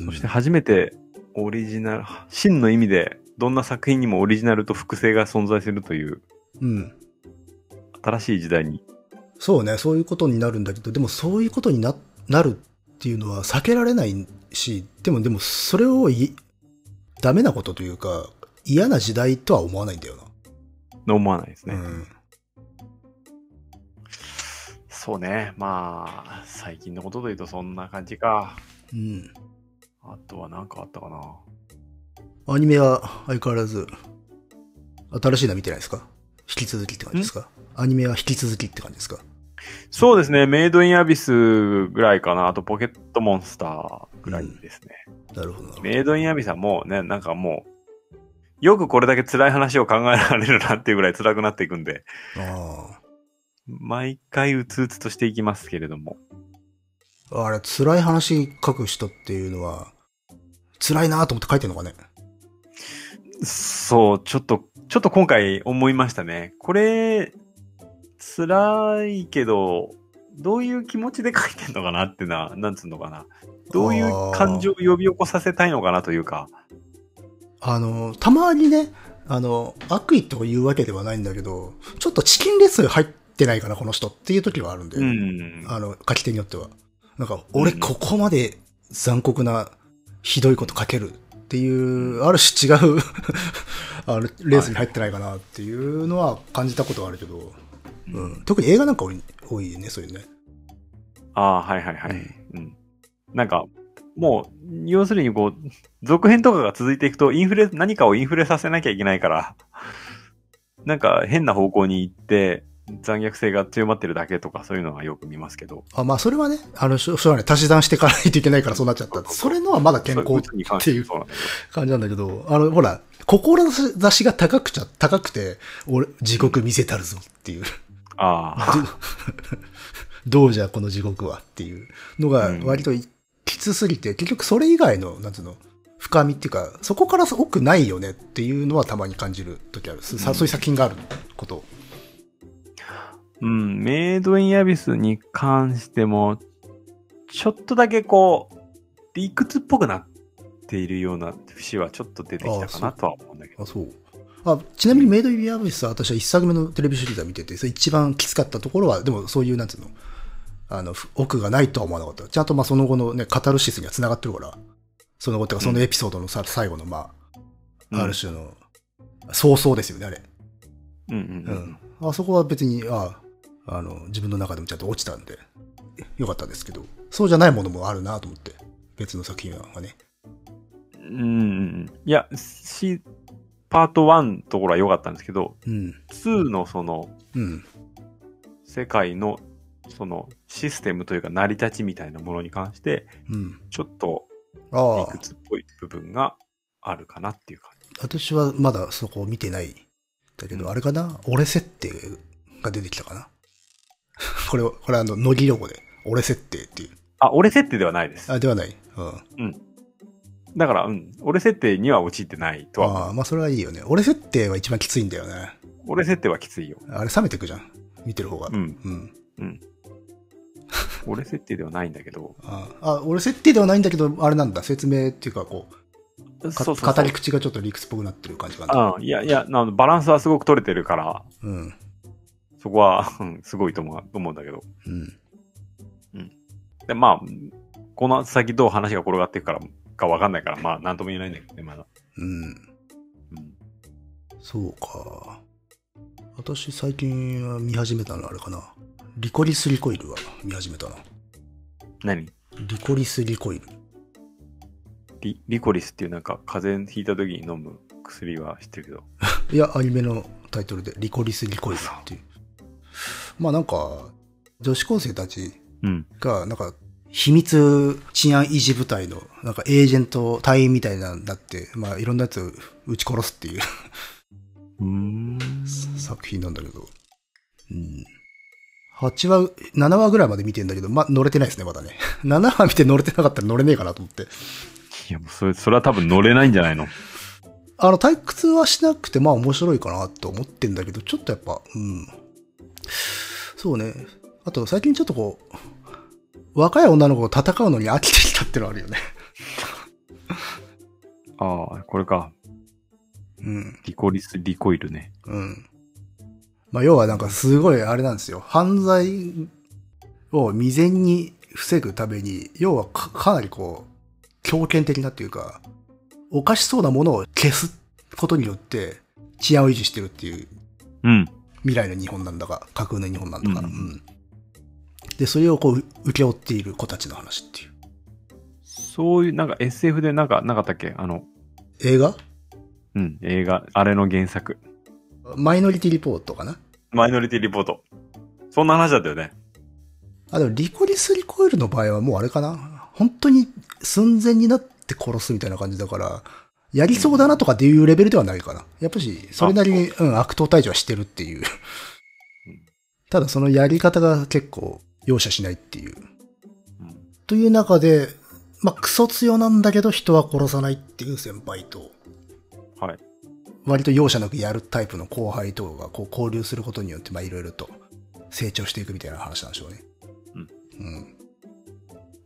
Speaker 2: ね。
Speaker 1: そして初めてオリジナル、真の意味で、どんな作品にもオリジナルと複製が存在するという
Speaker 2: うん、うん。
Speaker 1: 新しい時代に。
Speaker 2: そうね、そういうことになるんだけど、でもそういうことにな、なるっていうのは避けられないし、でもでもそれをい、ダメなことというか、嫌な時代とは思わないんだよ
Speaker 1: 思わないです
Speaker 2: な。
Speaker 1: ね。
Speaker 2: うん。
Speaker 1: そうね。まあ、最近のことで言うとそんな感じか。
Speaker 2: うん。
Speaker 1: あとは何かあったかな。
Speaker 2: アニメは相変わらず、新しいのは見てないですか引き続きって感じですかアニメは引き続きって感じですか
Speaker 1: そうですね。メイドインアビスぐらいかな。あとポケットモンスターぐらいですね。
Speaker 2: なるほどなるほど。
Speaker 1: メイドインアビスはもうね、なんかもう、よくこれだけ辛い話を考えられるなっていうぐらい辛くなっていくんで、
Speaker 2: ああ。
Speaker 1: 毎回うつうつとしていきますけれども。
Speaker 2: あれ、辛い話書く人っていうのは、辛いなと思って書いてるのかね。
Speaker 1: そう、ちょっと、ちょっと今回思いましたね。これ、辛いけど、どういう気持ちで書いてんのかなってな、なんつうのかな。どういう感情を呼び起こさせたいのかなというか。
Speaker 2: あの、たまにね、あの、悪意とか言うわけではないんだけど、ちょっとチキンレッスン入ってないかな、この人っていう時はあるんで、
Speaker 1: うん。
Speaker 2: あの、書き手によっては。なんか、俺ここまで残酷な、ひどいこと書けるっていう、ある種違う あの、レースに入ってないかなっていうのは感じたことはあるけど、うん、特に映画なんか多い多いね、そういうね。
Speaker 1: ああ、はいはいはい。うん。なんか、もう、要するにこう、 続編とかが続いていくと、インフレ、何かをインフレさせなきゃいけないから、 なんか変な方向に行って、残虐性が強まってるだけとか、そういうのはよく見ますけど。
Speaker 2: あまあ、それはね、あの、しょしょうがない。足し算していかないといけないからそうなっちゃった。それのはまだ健康
Speaker 1: そううことに関して
Speaker 2: っていう
Speaker 1: そうなんだけ
Speaker 2: 感じなんだけど、あの、ほら、志が高くちゃ、高くて、俺、地獄見せたるぞっていう。
Speaker 1: ど ああ、
Speaker 2: どうじゃ、この地獄はっていうのが
Speaker 1: うん、
Speaker 2: 割といきつすぎて、結局それ以外の、なんつうの、深みっていうか、そこから奥ないよねっていうのはたまに感じる時ある。さそういう作品があること。
Speaker 1: うん、メイドインアビスに関しても、ちょっとだけこう、理屈っぽくなっているような節はちょっと出てきたかなとは思うんだけど。
Speaker 2: あ、そう。あちなみにメイド・イン・アビスは私は一作目のテレビシリーズは見てて、それ一番きつかったところは、でもそういう、なんつうの、あの、ふ奥がないとは思わなかった。ちゃんとまあその後のね、カタルシスには繋がってるから、その後っていうかそのエピソードのさ、最後のま
Speaker 1: うん
Speaker 2: あ、ある種の、早々ですよね、あれ。
Speaker 1: うんう
Speaker 2: うん
Speaker 1: うん
Speaker 2: ん。。あそこは別に、ああの、自分の中でもちゃんと落ちたんで、よかったですけど、そうじゃないものもあるなと思って、別の作品はね。
Speaker 1: うんうんいや、し、パート1のところは良かったんですけど、
Speaker 2: うん。
Speaker 1: 2のその、
Speaker 2: うん。
Speaker 1: 世界の、その、システムというか、成り立ちみたいなものに関して、
Speaker 2: うん。
Speaker 1: ちょっと、
Speaker 2: あ
Speaker 1: 理
Speaker 2: あ。
Speaker 1: 屈っぽい部分があるかなっていう感じ。
Speaker 2: 私はまだそこを見てない。だけど、
Speaker 1: うん
Speaker 2: あれかな俺設定が出てきたかな これを、これはあの、乃木用語で。俺設定っていう。
Speaker 1: あ、俺設定ではないです。
Speaker 2: あ、ではない。うん。
Speaker 1: だから、うん、俺設定には陥ってないとは。
Speaker 2: ああ、まあそれはいいよね。俺設定は一番きついんだよね。
Speaker 1: 俺設定はきついよ。
Speaker 2: あれ冷めてくじゃん。見てる方が。
Speaker 1: う。ん。
Speaker 2: うん。
Speaker 1: 俺設定ではないんだけど。
Speaker 2: ああ、俺設定ではないんだけど、あれなんだ。説明っていうか、こ
Speaker 1: そう
Speaker 2: う、か
Speaker 1: そうそう
Speaker 2: 語り口がちょっと理屈っぽくなってる感じかな。
Speaker 1: うん。いやいや、あのバランスはすごく取れてるから、
Speaker 2: うん。
Speaker 1: そこは、うんすごいと思う思うんだけど。
Speaker 2: うん。
Speaker 1: で、まあ、この先どう話が転がっていくからかわかんないから、まあ、なんとも言えないんだけどね、まだ。
Speaker 2: うん。
Speaker 1: うん
Speaker 2: そうか。私最近は見始めたのあれかな。リコリスリコイルは見始めたな。
Speaker 1: 何
Speaker 2: リコリスリコイル。
Speaker 1: リリコリスっていうなんか、風邪ひいた時に飲む薬は知ってるけど。
Speaker 2: いや、アニメのタイトルで、リコリスリコイルっていう。まあなんか、女子高生たち
Speaker 1: うん。
Speaker 2: が、なんか、秘密治安維持部隊の、なんかエージェント隊員みたいなんだって、まあいろんなやつを撃ち殺すっていう
Speaker 1: うーん。
Speaker 2: 作品なんだけど。うん。8話、7話ぐらいまで見てんだけど、まあ乗れてないですね、まだね。7話見 て乗れてなかったら乗れねえかなと思って。
Speaker 1: いや、もうそれ、それは多分乗れないんじゃないの
Speaker 2: あの、退屈はしなくて、まあ面白いかなと思ってんだけど、ちょっとやっぱ、うん。そうね。あと、最近ちょっとこう、若い女の子と戦うのに飽きてきたってのあるよね。
Speaker 1: ああ、これか。
Speaker 2: うん。
Speaker 1: リコリス、リコイルね。
Speaker 2: うん。まあ、要はなんかすごいあれなんですよ。犯罪を未然に防ぐために、要はかかなりこう、強権的なっていうか、犯しそうなものを消すことによって、治安を維持してるっていう
Speaker 1: うん。
Speaker 2: 未来の日本なんだか、架空の日本なんだか、
Speaker 1: うん
Speaker 2: うんで、それをこう、受け負っている子たちの話っていう。
Speaker 1: そういう、なんか SF でなんか、なかったっけあの、
Speaker 2: 映画
Speaker 1: うん、映画、あれの原作。
Speaker 2: マイノリティリポートかな
Speaker 1: マイノリティリポート。そんな話だったよね。
Speaker 2: あ、でも、リコリスリコイルの場合はもうあれかな本当に寸前になって殺すみたいな感じだから、やりそうだなとかっていうレベルではないかな。やっぱし、それなりに、うん、悪党退治はしてるっていう
Speaker 1: うん。
Speaker 2: ただそのやり方が結構容赦しないっていう。
Speaker 1: うん。
Speaker 2: という中で、まあ、クソ強なんだけど人は殺さないっていう先輩と、
Speaker 1: はい。
Speaker 2: 割と容赦なくやるタイプの後輩とがこう交流することによって、まあいろいろと成長していくみたいな話なんでしょうね。うん。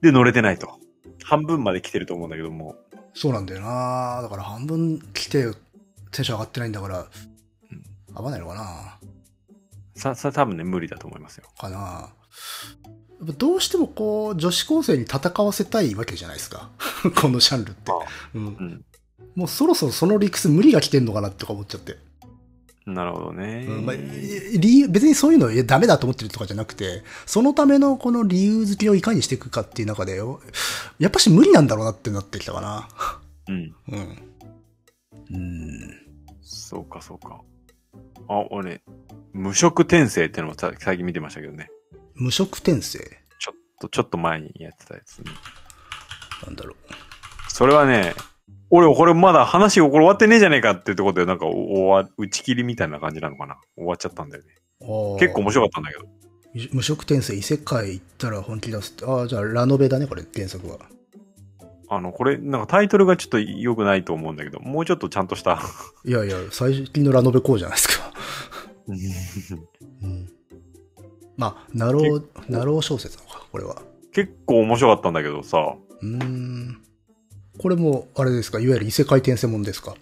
Speaker 1: で、乗れてないと。半分まで来てると思うんだけども。
Speaker 2: そうなんだよなだから半分来てテンション上がってないんだから、合わないのかな
Speaker 1: さ、さ、多分ね、無理だと思いますよ。
Speaker 2: かなやっぱどうしてもこう、女子高生に戦わせたいわけじゃないですか。 このジャンルって
Speaker 1: あ。
Speaker 2: うん
Speaker 1: うん。
Speaker 2: もうそろそろその理屈無理が来てんのかなとか思っちゃって。
Speaker 1: なるほどね。
Speaker 2: うんまあ、理由別にそういうのいやダメだと思ってるとかじゃなくて、そのためのこの理由付けをいかにしていくかっていう中で、よやっぱし無理なんだろうなってなってきたかな。
Speaker 1: うん。
Speaker 2: うん。うん。
Speaker 1: そうか、そうか。あ、俺、無職転生ってのもさ最近見てましたけどね。
Speaker 2: 無職転生
Speaker 1: ちょっと、ちょっと前にやってたやつ、
Speaker 2: なんだろう。
Speaker 1: それはね、俺、これまだ話これ終わってねえじゃねえかっていうところで、なんか、お終わ、打ち切りみたいな感じなのかな。終わっちゃったんだよね。結構面白かったんだけど。
Speaker 2: 無無職転生異世界行ったら本気出すってああじゃあラノベだねこれ原作は
Speaker 1: あの、これ、なんかタイトルがちょっと良くないと思うんだけど、もうちょっとちゃんとした。
Speaker 2: いやいや最近のラノベこうじゃないですか、うん、まあナローナロー小説なのかこれは
Speaker 1: 結構面白かったんだけどさ。
Speaker 2: うーんこれもあれですかいわゆる異世界転生もんですか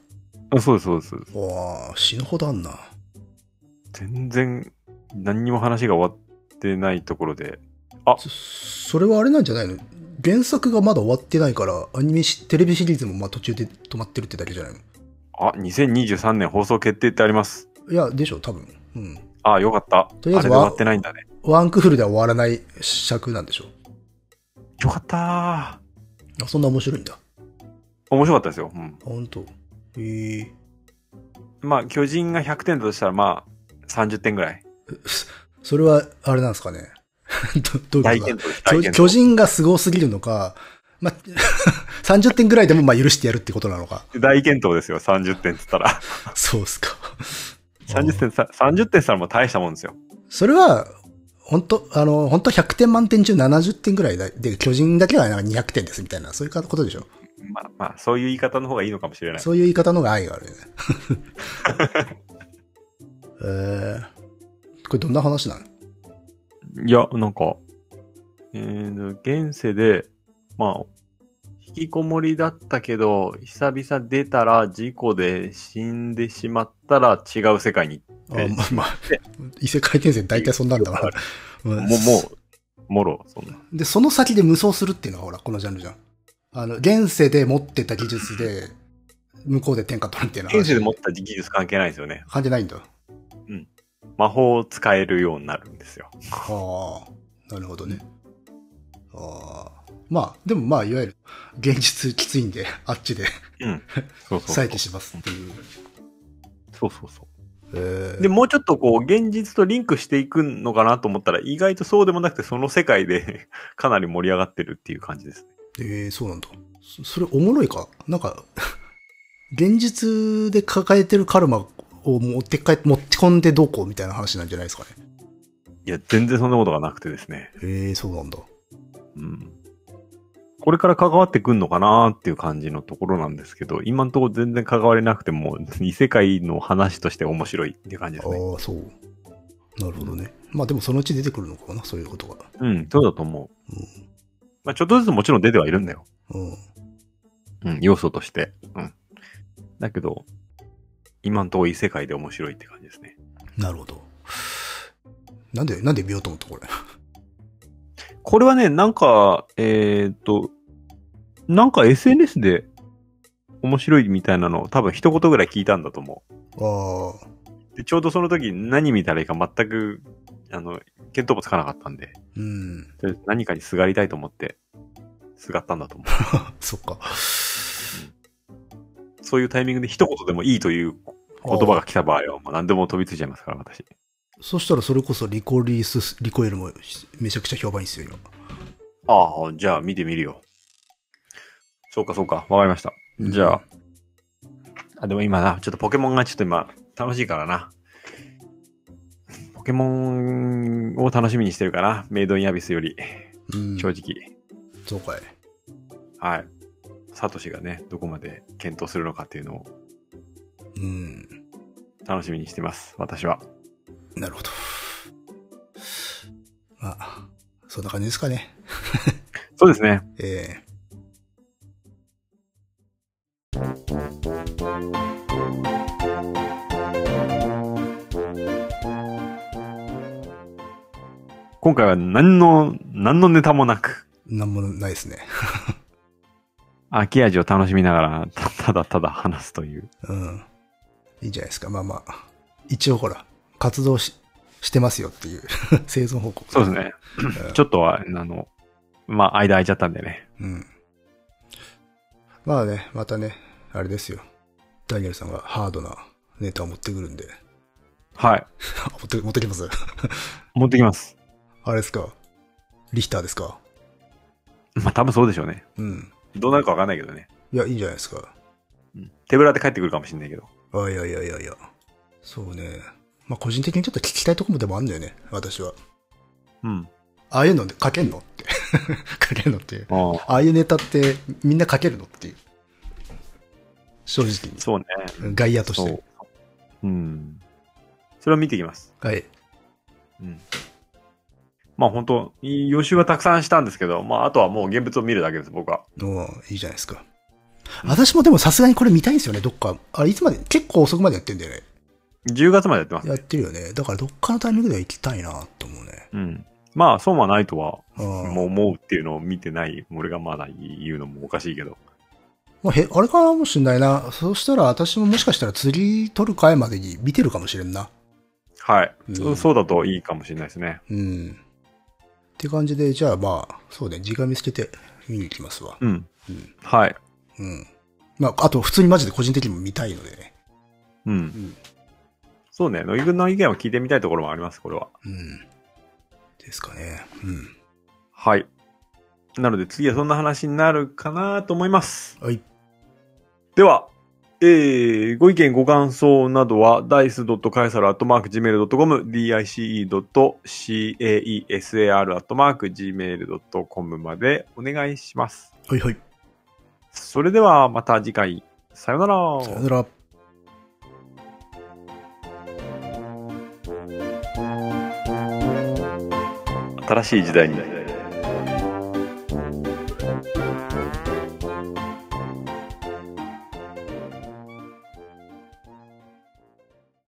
Speaker 1: あそうです、そうです。
Speaker 2: わあ死ぬほどあんな
Speaker 1: 全然、何にも話が終わってないところで、あ、
Speaker 2: そそれはあれなんじゃないの原作がまだ終わってないからアニメしテレビシリーズもまあ途中で止まってるってだけじゃないの
Speaker 1: あ、2023年放送決定ってあります。
Speaker 2: いやでしょ多分うん
Speaker 1: あ、よかった。
Speaker 2: とりあえ
Speaker 1: あれで
Speaker 2: ず
Speaker 1: 終
Speaker 2: は
Speaker 1: わってないんだね。
Speaker 2: ワンクールでは終わらない尺なんでしょ
Speaker 1: よかった
Speaker 2: あそんな面白いんだ
Speaker 1: ー。面白かったですよ。うん。
Speaker 2: あ本当。ええ
Speaker 1: まあ、巨人が100点だとしたら、まあ、30点ぐらい。
Speaker 2: それは、あれなんですかね。 どどう
Speaker 1: 大
Speaker 2: いうこ
Speaker 1: 健
Speaker 2: とだ
Speaker 1: 闘です。大
Speaker 2: 巨
Speaker 1: 健闘
Speaker 2: 巨人がすごすぎるのか、ま、30点ぐらいでもまあ許してやるってことなのか。
Speaker 1: 大健闘ですよ、30点って言ったら。
Speaker 2: そうっすか。
Speaker 1: 30点さ、30点したらもう大したもんですよ。
Speaker 2: それは、本当あの、本当100点満点中70点ぐらいだで、巨人だけはなんか200点ですみたいな、そういうことでしょ。
Speaker 1: まあ、まあ、そういう言い方の方がいいのかもしれない。
Speaker 2: そういう言い方の方が愛があるよね。 えー、これどんな話なの
Speaker 1: いや、なんか、えー、現世で、まあ、引きこもりだったけど、久々出たら事故で死んでしまったら違う世界に。
Speaker 2: あまあまあ、異世界転生大体そんなんだから。も
Speaker 1: もう、もう、もろ、そんな。
Speaker 2: で、その先で無双するっていうのがほら、このジャンルじゃん。あの、現世で持ってた技術で、向こうで天下取るっていうのは
Speaker 1: 現地で持った技術関係ないんですよね。
Speaker 2: 関係ないんだ。
Speaker 1: 魔法を使えるようになるんですよ。
Speaker 2: はあ、なるほどね。ああ。まあ、でもまあ、いわゆる、現実きついんで、あっちで
Speaker 1: そうそう そう。
Speaker 2: 再起しますっていう。
Speaker 1: そうそうそう。
Speaker 2: えー、
Speaker 1: で、もうちょっとこう、現実とリンクしていくのかなと思ったら、意外とそうでもなくて、その世界で かなり盛り上がってるっていう感じですね。
Speaker 2: えーそうなんだ。そそれおもろいかなんか、現実で抱えてるカルマを持って帰持って込んでどうこうみたいな話なんじゃないですかね。
Speaker 1: いや、全然そんなことがなくてですね。
Speaker 2: ええそうなんだ。
Speaker 1: うん。これから関わってくんのかなっていう感じのところなんですけど、今のところ全然関われなくても、異世界の話として面白いっていう感じですね。
Speaker 2: ああ、そう。なるほどね。まあでもそのうち出てくるのかな、そういうことが。
Speaker 1: うん、そうだと思う。
Speaker 2: うん
Speaker 1: まあ、ちょっとずつもちろん出てはいるんだよ。
Speaker 2: うん。
Speaker 1: うん、要素として。うん。だけど、今のところ異世界で面白いって感じですね。
Speaker 2: なるほど。なんで、なんで見ようと思ったこれ。
Speaker 1: これはね、なんか、えーっと、なんか SNS で面白いみたいなのを多分一言ぐらい聞いたんだと思
Speaker 2: ああ、
Speaker 1: う。でちょうどその時何見たらいいか全く、あの、見当もつかなかったんで、
Speaker 2: うん。
Speaker 1: とりあえず何かにすがりたいと思って、すがったんだと思
Speaker 2: そっか。
Speaker 1: う。そういうタイミングで一言でもいいという言葉が来た場合は、もう何でも飛びついちゃいますから、私。
Speaker 2: そしたらそれこそリコリス、リコイルもめちゃくちゃ評判いいですよ、今。
Speaker 1: ああ、じゃあ見てみるよ。そうか、そうか。わかりました。じゃあ。あ、でも今な、ちょっとポケモンがちょっと今、楽しいからな。ポケモンを楽しみにしてるかな。メイドインアビスより、
Speaker 2: うん。
Speaker 1: 正直。
Speaker 2: そうかい。
Speaker 1: はい。サトシがね、どこまで検討するのかっていうのを
Speaker 2: うん。
Speaker 1: 楽しみにしてます。私は。
Speaker 2: なるほど。まあ、そんな感じですかね。
Speaker 1: そうですね。
Speaker 2: え
Speaker 1: 今回は何の、何のネタもなく、
Speaker 2: ー、なんもないですね。
Speaker 1: 秋味を楽しみながら、 たただただ話すという。
Speaker 2: うん。いいんじゃないですか。まあまあ。一応ほら、活動し、してますよっていう 生存報告。
Speaker 1: そうですね。 ちょっとは、あの、まあ、間空いちゃったんでね。
Speaker 2: うん。まあね、またね、あれですよ。ダニエルさんがハードなネタを持ってくるんで。
Speaker 1: はい。
Speaker 2: あ持って、持ってきます。
Speaker 1: 持ってきます。
Speaker 2: あれですか。リヒターですか。
Speaker 1: まあ、多分そうでしょうね。
Speaker 2: うん。
Speaker 1: どうなるかわかんないけどね。
Speaker 2: いや、いいんじゃないですか。
Speaker 1: うん手ぶらで帰ってくるかもしんないけど。
Speaker 2: あ、いやいやいやいや。そうね。まあ、個人的にちょっと聞きたいところでもあるんだよね、私は。
Speaker 1: うん。
Speaker 2: ああいうので書けんのって。 書けんのっていう。
Speaker 1: あ
Speaker 2: ああいうネタってみんな書けるのっていう。正直に。
Speaker 1: そうね。
Speaker 2: 外野とし
Speaker 1: そ
Speaker 2: て。
Speaker 1: う。うん。それを見てきます。
Speaker 2: はい。
Speaker 1: うん。まあ本当予習はたくさんしたんですけど、まああとはもう現物を見るだけです、僕は。
Speaker 2: おーいいじゃないですか。私もでもさすがにこれ見たいんですよね、どっか。あれ、いつまで、結構遅くまでやってんだよね。
Speaker 1: 10月までやってます。
Speaker 2: やってるよね。だからどっかのタイミングでは行きたいなと思うね。
Speaker 1: うん。まあ損はないとは、
Speaker 2: あ
Speaker 1: もう
Speaker 2: ー
Speaker 1: 思うっていうのを見てない、俺がまだ言うのもおかしいけど。
Speaker 2: まあ、へあれかもしんないな。そうしたら私ももしかしたら釣り取る回までに見てるかもしれんな。
Speaker 1: はい。
Speaker 2: うん
Speaker 1: そうだといいかもしれないですね。
Speaker 2: うん。って感じで、じゃあまあ、そうね、時間見つけて見に行きますわ。
Speaker 1: うん。
Speaker 2: うん
Speaker 1: はい。
Speaker 2: うん。まあ、あと普通にマジで個人的にも見たいのでね。
Speaker 1: うん。
Speaker 2: ん
Speaker 1: そうね。乃木君の意見を聞いてみたいところもあります、これは。
Speaker 2: うん。ですかね。うん。
Speaker 1: はい。なので次はそんな話になるかなと思います。
Speaker 2: はい。
Speaker 1: では、えー、ご意見、ご感想などは、dice.caesar.gmail.com、dice.caesar.gmail.com までお願いします。
Speaker 2: はいはい。
Speaker 1: それではまた次回、さよなら。
Speaker 2: さよなら。
Speaker 1: 新しい時代に。